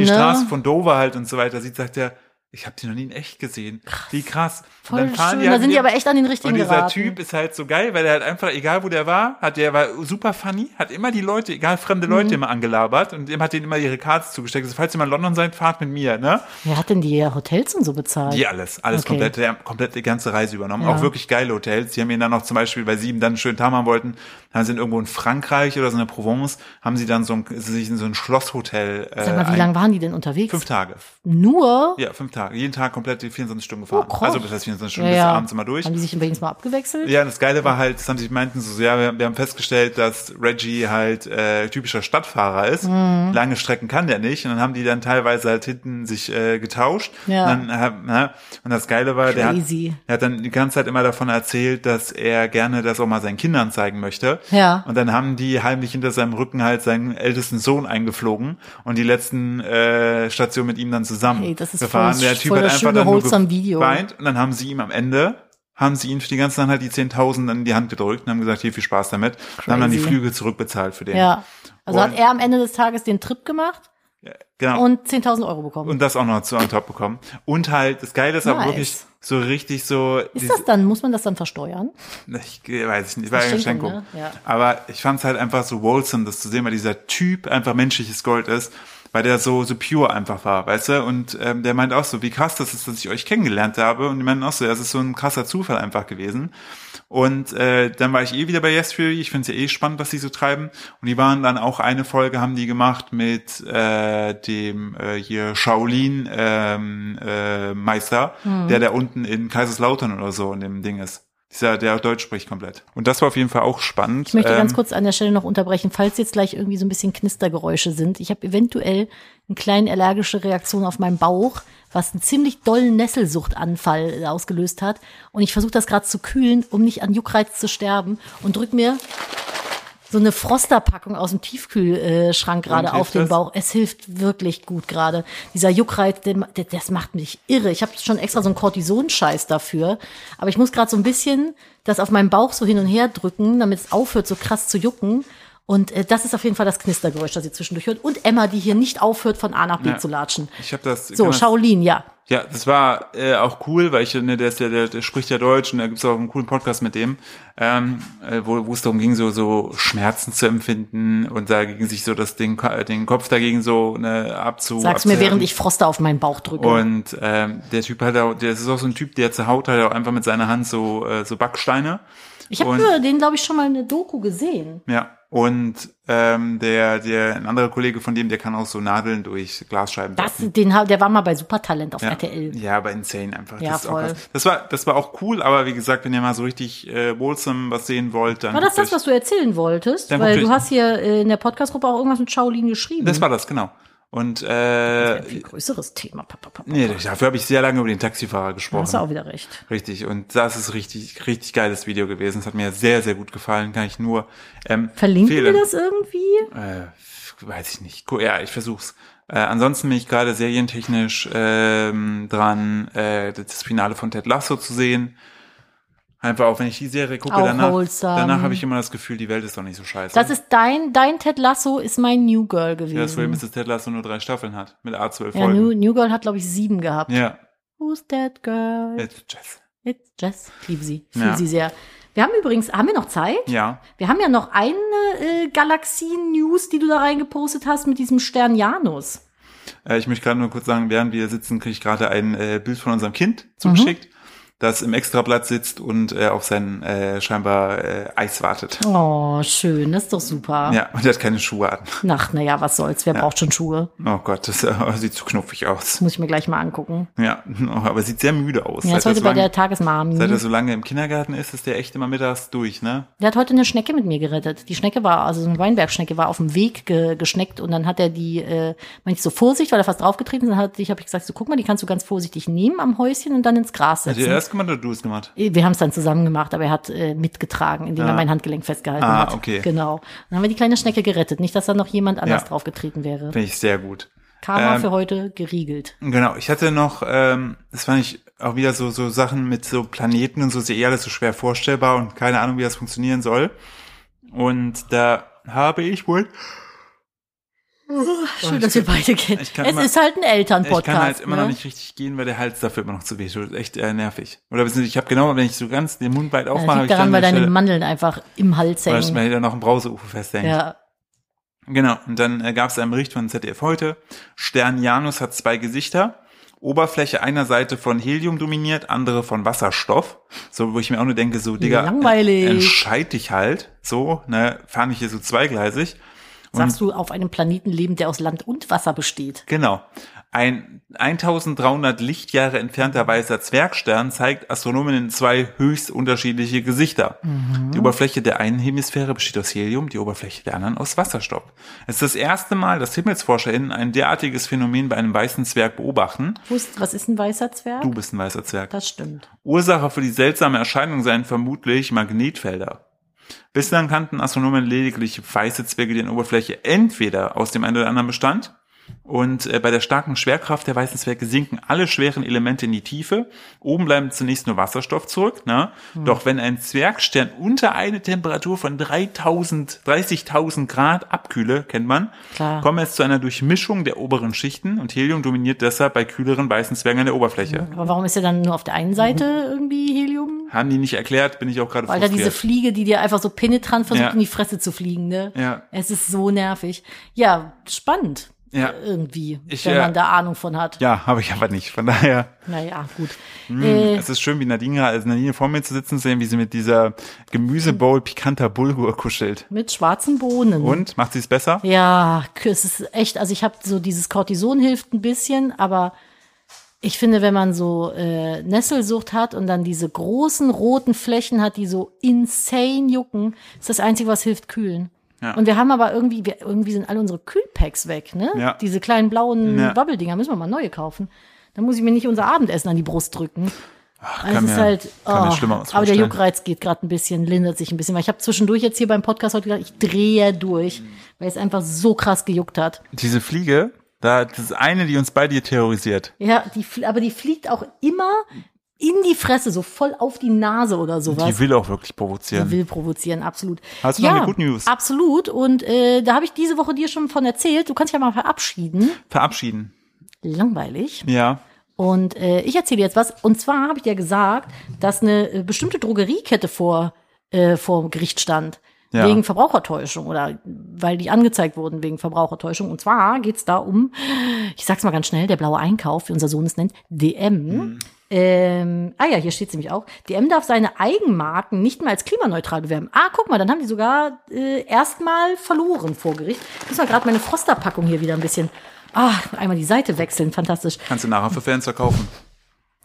A: die
B: ne?
A: Straße von Dover halt und so weiter sieht, sagt er, ich habe die noch nie in echt gesehen. Wie krass. Und
B: Voll
A: dann fahren
B: schön.
A: die halt
B: da sind die
A: mit-
B: aber echt an den richtigen
A: und dieser
B: geraten.
A: Typ ist halt so geil, weil er halt einfach, egal wo der war, hat der war super funny, hat immer die Leute, egal fremde
B: Mhm.
A: Leute immer angelabert und dem hat denen immer ihre Cards zugesteckt. Also, falls ihr mal in London seid, fahrt mit mir, ne?
B: Wer hat denn die Hotels und so bezahlt?
A: Die alles, alles
B: Okay.
A: komplett, der, komplett die ganze Reise übernommen.
B: Ja.
A: Auch wirklich geile Hotels. Die haben ihn dann noch zum Beispiel bei sieben dann einen schönen Tag machen wollten. Dann sind irgendwo in Frankreich oder so in der Provence, haben sie dann so ein, sich in so ein Schlosshotel. Äh,
B: Sag mal, wie
A: ein-
B: lange waren die denn unterwegs?
A: Fünf Tage.
B: Nur?
A: Ja, fünf Tage. Jeden Tag komplett die 24 Stunden gefahren.
B: Oh, krass.
A: also bis heißt 24 Stunden, bis abends immer durch.
B: Haben die sich übrigens mal abgewechselt?
A: Ja, das Geile war halt, das haben sie meinten so, ja, wir, wir haben festgestellt, dass Reggie halt äh, typischer Stadtfahrer ist.
B: Mhm.
A: Lange Strecken kann der nicht. Und dann haben die dann teilweise halt hinten sich äh, getauscht.
B: Ja.
A: Und, dann, hab- ne? und das Geile war, der hat,
B: Crazy.
A: der hat dann die ganze Zeit immer davon erzählt, dass er gerne das auch mal seinen Kindern zeigen möchte.
B: Ja.
A: Und dann haben die heimlich hinter seinem Rücken halt seinen ältesten Sohn eingeflogen und die letzten äh, Stationen mit ihm dann zusammen
B: Hey, das ist
A: gefahren.
B: voll-
A: der Typ
B: voll
A: hat
B: das
A: einfach
B: schöne,
A: dann nur
B: wholesome Video.
A: geweint gemeint und dann haben sie ihm am Ende haben sie ihm für die ganze Zeit halt die 10.000 dann in die Hand gedrückt und haben gesagt, hier, viel Spaß damit. Und haben dann die
B: Crazy.
A: Flüge zurückbezahlt für den.
B: Ja. Also
A: Und-
B: hat er am Ende des Tages den Trip gemacht
A: Genau. Und,
B: und 10.000 Euro bekommen.
A: das auch noch zu on top bekommen. Und halt, das Geile ist aber
B: Nice.
A: wirklich, so richtig so.
B: Ist das dann, muss man das dann versteuern?
A: Ich weiß ich nicht, war ja eine Schenkung.
B: Verschenkung, ne? Ja.
A: Aber ich fand es halt einfach so wholesome, das zu sehen, weil dieser Typ einfach menschliches Gold ist, weil der so, so pure einfach war, weißt du? Und ähm, der meint auch so, wie krass das ist, dass ich euch kennengelernt habe. Und die meinten auch so, das ist so ein krasser Zufall einfach gewesen. Und äh, dann war ich eh wieder bei Yes Fury. Ich finde es ja eh spannend, was die so treiben. Und die waren dann auch eine Folge, haben die gemacht mit äh, dem äh, hier Shaolin ähm, äh, Meister,
B: Hm.
A: der da unten in Kaiserslautern oder so in dem Ding ist. Dieser, der Deutsch spricht komplett. Und das war auf jeden Fall auch spannend. Ähm,
B: Ich möchte ganz kurz an der Stelle noch unterbrechen, falls jetzt gleich irgendwie so ein bisschen Knistergeräusche sind. Ich habe eventuell eine kleine allergische Reaktion auf meinen Bauch, was einen ziemlich dollen Nesselsuchtanfall äh, ausgelöst hat. Und ich versuche das gerade zu kühlen, um nicht an Juckreiz zu sterben und drück mir so eine Frosterpackung aus dem Tiefkühlschrank gerade
A: hilft
B: auf den
A: das?
B: Bauch. Es hilft wirklich gut gerade. Dieser Juckreiz, der, der, das macht mich irre. Ich habe schon extra so einen Cortison-Scheiß dafür. Aber ich muss gerade so ein bisschen das auf meinem Bauch so hin und her drücken, damit es aufhört, so krass zu jucken. Und äh, das ist auf jeden Fall das Knistergeräusch, das ihr zwischendurch hört. Und Emma, die hier nicht aufhört, von A nach B
A: Ja.
B: zu latschen.
A: Ich habe das. kann
B: So,
A: das-
B: Shaolin, ja.
A: Ja, das war äh, auch cool, weil ich, ne, der, ist ja- der, der spricht ja Deutsch und da gibt's auch einen coolen Podcast mit dem, ähm, äh, wo wo es darum ging, so, so Schmerzen zu empfinden und dagegen sich so das Ding, äh, den Kopf dagegen so ne, abzu.
B: Sag's mir,
A: abzuhärten.
B: während ich Froster auf meinen Bauch drücke.
A: Und ähm, der Typ hat auch, der ist auch so ein Typ, der zerhaut halt auch einfach mit seiner Hand so, äh, so Backsteine.
B: ich habe
A: und-
B: früher den, glaube ich, schon mal in der Doku gesehen.
A: Ja. Und ähm, der, der, ein anderer Kollege von dem, der kann auch so Nadeln durch Glasscheiben
B: Das, den, ha- der war mal bei Supertalent auf RTL.
A: Hm. Ja, aber insane einfach.
B: Ja,
A: das, ist auch
B: voll.
A: krass. das war das war auch cool, aber wie gesagt, wenn ihr mal so richtig äh, wholesome was sehen wollt, dann
B: War das das,
A: guckt euch-
B: was du erzählen wolltest?
A: Dann
B: Weil
A: guckt
B: du
A: euch-
B: hast hier äh, in der Podcast-Gruppe auch irgendwas mit Shaolin geschrieben.
A: das war das genau. Und
B: ein viel
A: äh,
B: größeres Thema. Pa, pa, pa, pa.
A: nee, dafür habe ich sehr lange über den Taxifahrer
B: Da hast du
A: gesprochen.
B: auch wieder recht.
A: Richtig und das ist richtig richtig geiles Video gewesen. Es hat mir sehr sehr gut gefallen, kann ich nur ähm,
B: Verlinken wir
A: empfehlen.
B: das irgendwie?
A: Äh, weiß ich nicht. Cool, ja, ich versuch's. Äh, ansonsten bin ich gerade serientechnisch ähm, dran, äh, das Finale von Ted Lasso zu sehen. Einfach auch, wenn ich die Serie gucke,
B: Auch
A: danach,
B: wholesome.
A: danach habe ich immer das Gefühl, die Welt ist doch nicht so scheiße.
B: Das ist dein, dein Ted Lasso ist mein New Girl
A: ja, das Problem
B: gewesen.
A: ist, dass Ted Lasso nur drei Staffeln hat, mit A12
B: Ja, New,
A: Folgen.
B: New Girl hat, glaube ich, sieben gehabt.
A: Ja,
B: Who's that girl?
A: jetzt Jess.
B: It's Jess. Ich liebe sie. Ich
A: Ja.
B: liebe sie sehr. Wir haben übrigens, haben wir noch Zeit?
A: Ja,
B: Wir haben ja noch eine äh, Galaxien-News, die du da reingepostet hast mit diesem Stern Janus.
A: äh, ich möchte gerade nur kurz sagen, während wir sitzen, kriege ich gerade ein äh, Bild von unserem Kind zugeschickt,
B: Mhm.
A: das im Extrablatt sitzt und äh, auf sein äh, scheinbar äh, Eis wartet.
B: Oh, schön. Das ist doch super.
A: Ja, und er hat keine Schuhe an.
B: Ach, naja, was soll's, wer braucht schon Schuhe?
A: Oh Gott, das äh, sieht zu knuffig
B: Das
A: aus.
B: muss ich mir gleich mal angucken.
A: Ja, oh, aber sieht sehr müde aus.
B: Ja, ist
A: seit, er
B: heute
A: so
B: bei
A: lange,
B: der Tagesmami.
A: seit er
B: Der
A: so lange im Kindergarten ist, ist der echt immer mittags durch, ne?
B: hat heute eine Schnecke mit mir gerettet. Die Schnecke war, also so eine Weinbergschnecke war auf dem Weg ge geschneckt und dann hat er die, äh, manchmal so Vorsicht, weil er fast draufgetreten ist, dann hat, ich habe gesagt, so guck mal, die kannst du ganz vorsichtig nehmen am Häuschen und dann ins Gras
A: Hat ihr
B: setzen. Äh,
A: das gemacht oder du es gemacht?
B: Wir haben es dann zusammen gemacht, aber er hat äh, mitgetragen, indem er mein Handgelenk festgehalten
A: Ah,
B: hat.
A: okay.
B: Genau. Dann haben wir die kleine Schnecke gerettet. Nicht, dass da noch jemand anders
A: Ja.
B: draufgetreten wäre.
A: Finde ich sehr gut.
B: Karma
A: Ähm,
B: für heute geriegelt.
A: Genau, ich hatte noch, ähm, das fand ich auch wieder so, so Sachen mit so Planeten und so, ist eh alles so schwer vorstellbar und keine Ahnung, wie das funktionieren soll. Und da habe ich wohl,
B: Schön, dass wir beide gehen.
A: ich kann
B: es
A: immer-
B: ist halt ein Elternpodcast.
A: ich kann halt immer
B: ne?
A: noch nicht richtig gehen, weil der Hals dafür immer noch zu weh tut. Echt äh, nervig. Oder beziehungsweise ich habe genau, wenn ich so ganz den Mund weit
B: Das
A: aufmache, habe
B: Äh, liegt
A: ich dann
B: daran, weil
A: an der
B: deine
A: Stelle-
B: Mandeln einfach im Hals
A: weil ich
B: hängen.
A: mir dann noch ein Brauseufer festhängt.
B: Ja.
A: Genau, und dann äh, gab es einen Bericht von ZDF heute. Stern Janus hat zwei Gesichter. Oberfläche einer Seite von Helium dominiert, andere von Wasserstoff. So, wo ich mir auch nur denke, so, Digga,
B: Langweilig.
A: äh, entscheid dich halt. So, ne, fahr nicht hier so zweigleisig.
B: Sagst du, auf einem Planeten leben, der aus Land und Wasser besteht.
A: Genau. Ein 1300 Lichtjahre entfernter weißer Zwergstern zeigt Astronominnen zwei höchst unterschiedliche Gesichter. Die Oberfläche der einen Hemisphäre besteht aus Helium, die Oberfläche der anderen aus Wasserstoff. Es ist das erste Mal, dass HimmelsforscherInnen ein derartiges Phänomen bei einem weißen Zwerg beobachten.
B: Wo ist- Was ist ein weißer Zwerg?
A: Du bist ein weißer Zwerg.
B: Das stimmt.
A: Ursache für die seltsame Erscheinung seien vermutlich Magnetfelder. Bislang kannten Astronomen lediglich weiße Zwerge, deren Oberfläche entweder aus dem einen oder anderen bestand Und äh, bei der starken Schwerkraft der weißen Zwerge sinken alle schweren Elemente in die Tiefe. Oben bleiben zunächst nur Wasserstoff zurück. Ne? Doch wenn ein Zwergstern unter eine Temperatur von 3000, 30.000 Grad abkühle, kennt man,
B: Klar.
A: kommt es zu einer Durchmischung der oberen Schichten und Helium dominiert deshalb bei kühleren weißen Zwergen an der Oberfläche.
B: Aber warum ist ja dann nur auf der einen Seite
A: Mhm.
B: irgendwie Helium?
A: Haben die nicht erklärt, bin ich auch gerade
B: Weil da diese
A: frustriert.
B: Fliege, die dir einfach so penetrant versucht,
A: Ja.
B: in die Fresse zu fliegen, ne?
A: Ja.
B: Es ist so nervig. Ja, spannend.
A: Ja.
B: Äh, Irgendwie,
A: Ich,
B: wenn
A: äh,
B: man da Ahnung von hat.
A: Ja, Mhm. habe ich aber nicht. Von daher.
B: Naja, gut. Äh,
A: Es ist schön, wie Nadine, also Nadine vor mir zu sitzen zu sehen, wie sie mit dieser Gemüsebowl pikanter Bulgur kuschelt.
B: mit schwarzen Bohnen.
A: Und? Macht sie es besser?
B: Ja, es ist echt, also ich habe so dieses Cortison hilft ein bisschen, aber ich finde, wenn man so äh, Nesselsucht hat und dann diese großen roten Flächen hat, die so insane jucken, ist das Einzige, was hilft kühlen.
A: Ja.
B: Und wir haben aber irgendwie, wir, irgendwie sind alle unsere Kühlpacks weg, ne?
A: Ja.
B: Diese kleinen blauen
A: Ja.
B: Wabbeldinger müssen wir mal neue kaufen. Dann muss ich mir nicht unser Abendessen an die Brust drücken. Ach,
A: kann mir- kann mir Schlimmeres
B: halt, oh, aber der
A: vorstellen.
B: Juckreiz geht gerade ein bisschen, lindert sich ein bisschen. Weil ich habe zwischendurch jetzt hier beim Podcast heute gesagt, ich drehe durch, weil es einfach so krass gejuckt hat.
A: Diese Fliege, da, das ist eine, die uns beide hier terrorisiert.
B: Ja, die, fl- aber die fliegt auch immer in die Fresse, so voll auf die Nase oder sowas.
A: Die will auch wirklich provozieren.
B: Die will provozieren, absolut.
A: Hast du noch eine Good News?
B: Absolut. Und äh, da habe ich diese Woche dir schon von erzählt. Du kannst dich ja mal verabschieden.
A: Verabschieden.
B: Langweilig.
A: Ja.
B: Und äh, ich erzähle jetzt was. Und zwar habe ich dir gesagt, dass eine äh, bestimmte Drogeriekette vor, äh, vor Gericht stand.
A: Ja.
B: Wegen Verbrauchertäuschung oder weil die angezeigt wurden wegen Verbrauchertäuschung. Und zwar geht's da um, ich sag's mal ganz schnell, der blaue Einkauf, wie unser Sohn es nennt, DM. Ähm, ah ja, hier steht's nämlich auch. DM darf seine Eigenmarken nicht mehr als klimaneutral bewerben. Ah, guck mal, dann haben die sogar äh, erstmal verloren vor Gericht. Ich muss mal gerade meine Froster-Packung hier wieder ein bisschen. Ah, einmal die Seite wechseln, fantastisch.
A: Kannst du nachher für Fans verkaufen.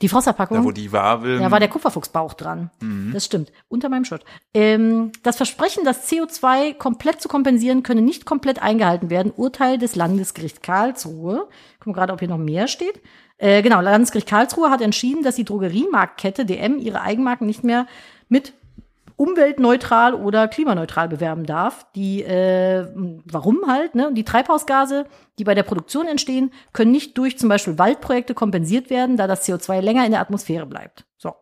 B: Die Frosterpackung?
A: Da, wo die Mhm. war, will.
B: Da war der Kupferfuchsbauch dran. Das stimmt. Unter meinem Shirt. Ähm, das Versprechen, das CO2 komplett zu kompensieren, könne nicht komplett eingehalten werden. Urteil des Landesgerichts Karlsruhe. Gucken wir gerade, ob hier noch mehr steht. Äh, genau, Landesgericht Karlsruhe hat entschieden, dass die Drogeriemarktkette DM ihre Eigenmarken nicht mehr mit umweltneutral oder klimaneutral bewerben darf. Die, äh, warum halt, ne? Und Die Treibhausgase, die bei der Produktion entstehen, können nicht durch zum Beispiel Waldprojekte kompensiert werden, da das CO2 länger in der Atmosphäre bleibt. So.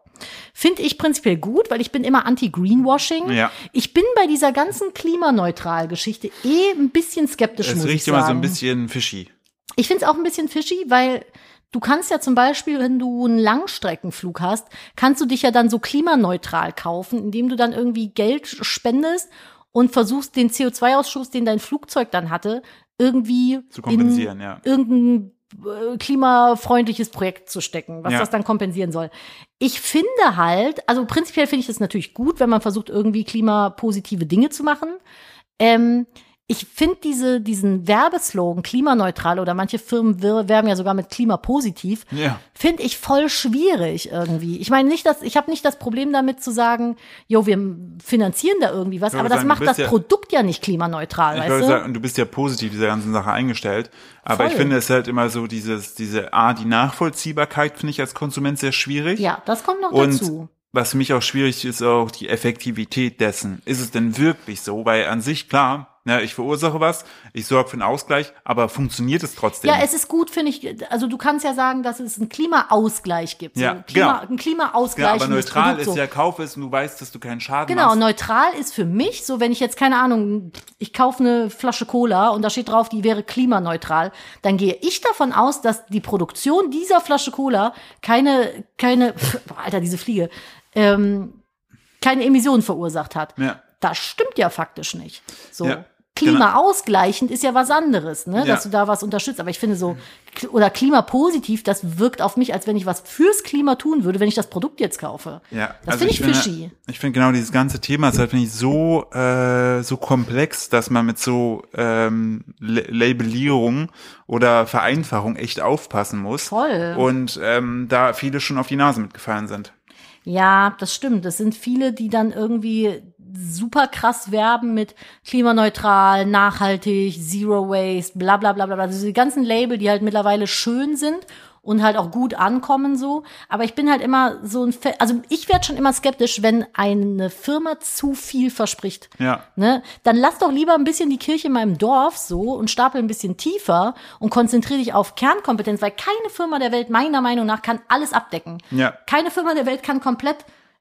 B: Finde ich prinzipiell gut, weil ich bin immer anti-Greenwashing.
A: Ja.
B: Ich bin bei dieser ganzen klimaneutral-Geschichte eh ein bisschen skeptisch,
A: es
B: muss ich
A: riecht
B: sagen.
A: immer so ein bisschen fishy.
B: Ich find's auch ein bisschen fishy, weil du kannst ja zum Beispiel, wenn du einen Langstreckenflug hast, kannst du dich ja dann so klimaneutral kaufen, indem du dann irgendwie Geld spendest und versuchst, den CO2-Ausstoß, den dein Flugzeug dann hatte, irgendwie
A: Zu kompensieren,
B: in
A: ja.
B: irgendein äh, klimafreundliches Projekt zu stecken, was
A: Ja.
B: das dann kompensieren soll. Ich finde halt, also prinzipiell finde ich das natürlich gut, wenn man versucht, irgendwie klimapositive Dinge zu machen. Ähm, ich finde diese, diesen Werbeslogan klimaneutral oder manche Firmen wir- werben ja sogar mit klimapositiv,
A: Ja.
B: finde ich voll schwierig irgendwie. Ich meine nicht, dass ich habe nicht das Problem damit zu sagen, jo, wir finanzieren da irgendwie was,
A: Ich würde
B: aber das
A: sagen, du
B: macht
A: bist
B: das
A: ja-
B: Produkt ja nicht klimaneutral,
A: Ich
B: weißt
A: würde
B: du?
A: sagen, und du bist ja positiv dieser ganzen Sache eingestellt. Aber ich
B: Voll.
A: finde es halt immer so dieses, diese A, die Nachvollziehbarkeit finde ich als Konsument sehr schwierig.
B: ja, das kommt noch
A: Und
B: dazu.
A: was für mich auch schwierig ist, auch die Effektivität dessen. Ist es denn wirklich so? Weil an sich, klar, ne, ich verursache was, ich sorge für einen Ausgleich, aber funktioniert es trotzdem?
B: Ja, es ist gut, finde ich. Also du kannst ja sagen, dass es einen Klimaausgleich gibt.
A: Ja,
B: so ein Klima,
A: genau.
B: Ein Klimaausgleich.
A: ja, aber
B: in das
A: neutral
B: Produkt,
A: ist
B: so.
A: ja, kauf es und du weißt, dass du keinen Schaden
B: Genau,
A: machst.
B: neutral ist für mich so, wenn ich jetzt keine Ahnung, ich kaufe eine Flasche Cola und da steht drauf, die wäre klimaneutral, dann gehe ich davon aus, dass die Produktion dieser Flasche Cola keine, keine, pf, boah, Alter, diese Fliege, ähm, keine Emissionen verursacht hat.
A: Ja.
B: Das stimmt ja faktisch nicht. So.
A: Ja, genau.
B: Klimaausgleichend ist ja was anderes, ne?
A: Ja.
B: dass du da was unterstützt. Aber ich finde so, kl- oder klimapositiv, das wirkt auf mich, als wenn ich was fürs Klima tun würde, wenn ich das Produkt jetzt kaufe.
A: Ja,
B: das
A: also
B: finde ich,
A: finde-
B: fishy.
A: Ich finde genau dieses ganze Thema ist halt finde ich so äh, so komplex, dass man mit so ähm, La- Labelierung oder Vereinfachung echt aufpassen muss.
B: Voll.
A: Und ähm, da viele schon auf die Nase mitgefallen sind.
B: Ja, das stimmt. Es sind viele, die dann irgendwie super krass werben mit klimaneutral, nachhaltig, Zero Waste, bla bla bla bla. bla. Also die ganzen Label, die halt mittlerweile schön sind und halt auch gut ankommen so. Aber ich bin halt immer so ein, Fe also ich werde schon immer skeptisch, wenn eine Firma zu viel verspricht.
A: Ja.
B: Ne? Dann lass doch lieber ein bisschen die Kirche in meinem Dorf so und stapel ein bisschen tiefer und konzentriere dich auf Kernkompetenz, weil keine Firma der Welt meiner Meinung nach kann alles abdecken.
A: Ja.
B: Keine Firma der Welt kann komplett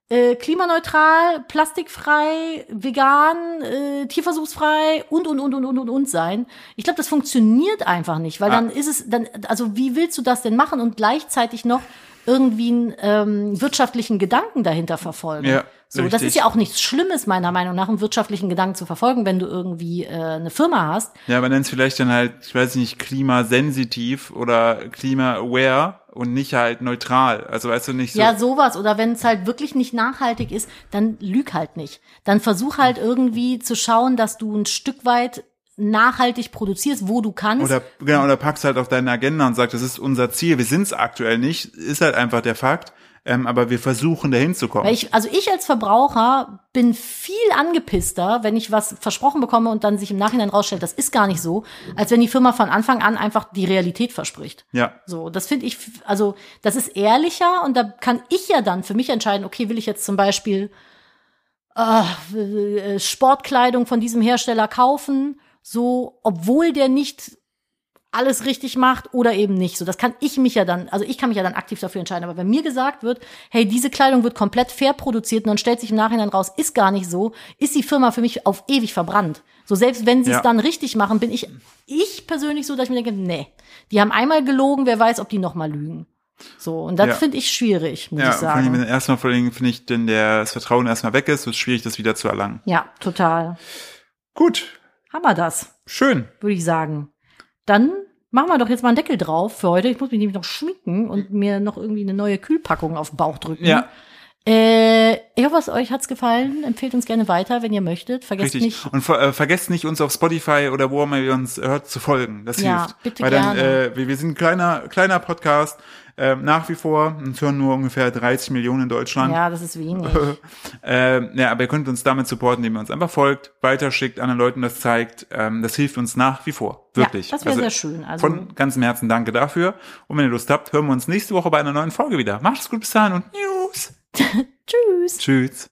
B: äh, klimaneutral, plastikfrei, vegan, äh, tierversuchsfrei und und und und und und und sein. Ich glaube, das funktioniert einfach nicht, weil
A: Ah.
B: dann ist es dann also wie willst du das denn machen und gleichzeitig noch irgendwie einen ähm, wirtschaftlichen Gedanken dahinter verfolgen?
A: Ja,
B: so, das
A: richtig.
B: ist ja auch nichts Schlimmes meiner Meinung nach, einen wirtschaftlichen Gedanken zu verfolgen, wenn du irgendwie äh, eine Firma hast.
A: Ja, aber nenn's vielleicht dann halt, ich weiß nicht, klimasensitiv oder klima-aware und nicht halt neutral. Also weißt du nicht so.
B: Ja, sowas. Oder wenn es halt wirklich nicht nachhaltig ist, dann lüg halt nicht. Dann versuch
A: Hm.
B: halt irgendwie zu schauen, dass du ein Stück weit nachhaltig produzierst, wo du kannst.
A: Oder genau, oder packst halt auf deine Agenda und sagst, das ist unser Ziel, wir sind's aktuell nicht, ist halt einfach der Fakt, ähm, aber wir versuchen dahin zu kommen.
B: Weil ich, also ich als Verbraucher bin viel angepisster, wenn ich was versprochen bekomme und dann sich im Nachhinein rausstellt, das ist gar nicht so, als wenn die Firma von Anfang an einfach die Realität verspricht.
A: ja,
B: So, das finde ich, f- also das ist ehrlicher und da kann ich ja dann für mich entscheiden, okay, will ich jetzt zum Beispiel äh, äh, Sportkleidung von diesem Hersteller kaufen, so, obwohl der nicht alles richtig macht oder eben nicht. So, das kann ich mich ja dann, also ich kann mich ja dann aktiv dafür entscheiden. Aber wenn mir gesagt wird, hey, diese Kleidung wird komplett fair produziert und dann stellt sich im Nachhinein raus, ist gar nicht so, ist die Firma für mich auf ewig verbrannt. So, selbst wenn sie es
A: Ja.
B: dann richtig machen, bin ich, ich persönlich so, dass ich mir denke, nee, die haben einmal gelogen, wer weiß, ob die nochmal lügen. So, und das
A: Ja.
B: finde ich schwierig, muss
A: ja,
B: ich
A: vor allem, wenn
B: sagen.
A: erstmal vor allem finde ich, denn der das Vertrauen erstmal weg ist, ist schwierig, das wieder zu erlangen.
B: Ja, total.
A: Gut,
B: Haben wir das?
A: schön.
B: würde ich sagen. Dann machen wir doch jetzt mal einen Deckel drauf für heute. Ich muss mich nämlich noch schminken und mir noch irgendwie eine neue Kühlpackung auf den Bauch drücken.
A: Ja.
B: Äh, ich hoffe, es euch hat's gefallen. Empfehlt uns gerne weiter, wenn ihr möchtet. Vergesst
A: Richtig.
B: nicht.
A: Und ver äh, vergesst nicht, uns auf Spotify oder wo auch immer ihr uns hört, zu folgen. Das
B: Ja,
A: hilft.
B: bitte
A: Weil dann,
B: gerne.
A: äh, wir, wir sind ein kleiner, kleiner Podcast, ähm, nach wie vor. Uns hören nur ungefähr 30 Millionen in Deutschland.
B: Ja, das ist wenig.
A: Ähm, ja, aber ihr könnt uns damit supporten, indem ihr uns einfach folgt, weiterschickt, anderen Leuten das zeigt. Ähm, das hilft uns nach wie vor. Wirklich.
B: Ja, das wäre sehr schön. Also,
A: Von ganzem Herzen danke dafür. Und wenn ihr Lust habt, hören wir uns nächste Woche bei einer neuen Folge wieder. Macht's gut, bis dahin und News.
B: tschüss.
A: Tschüss.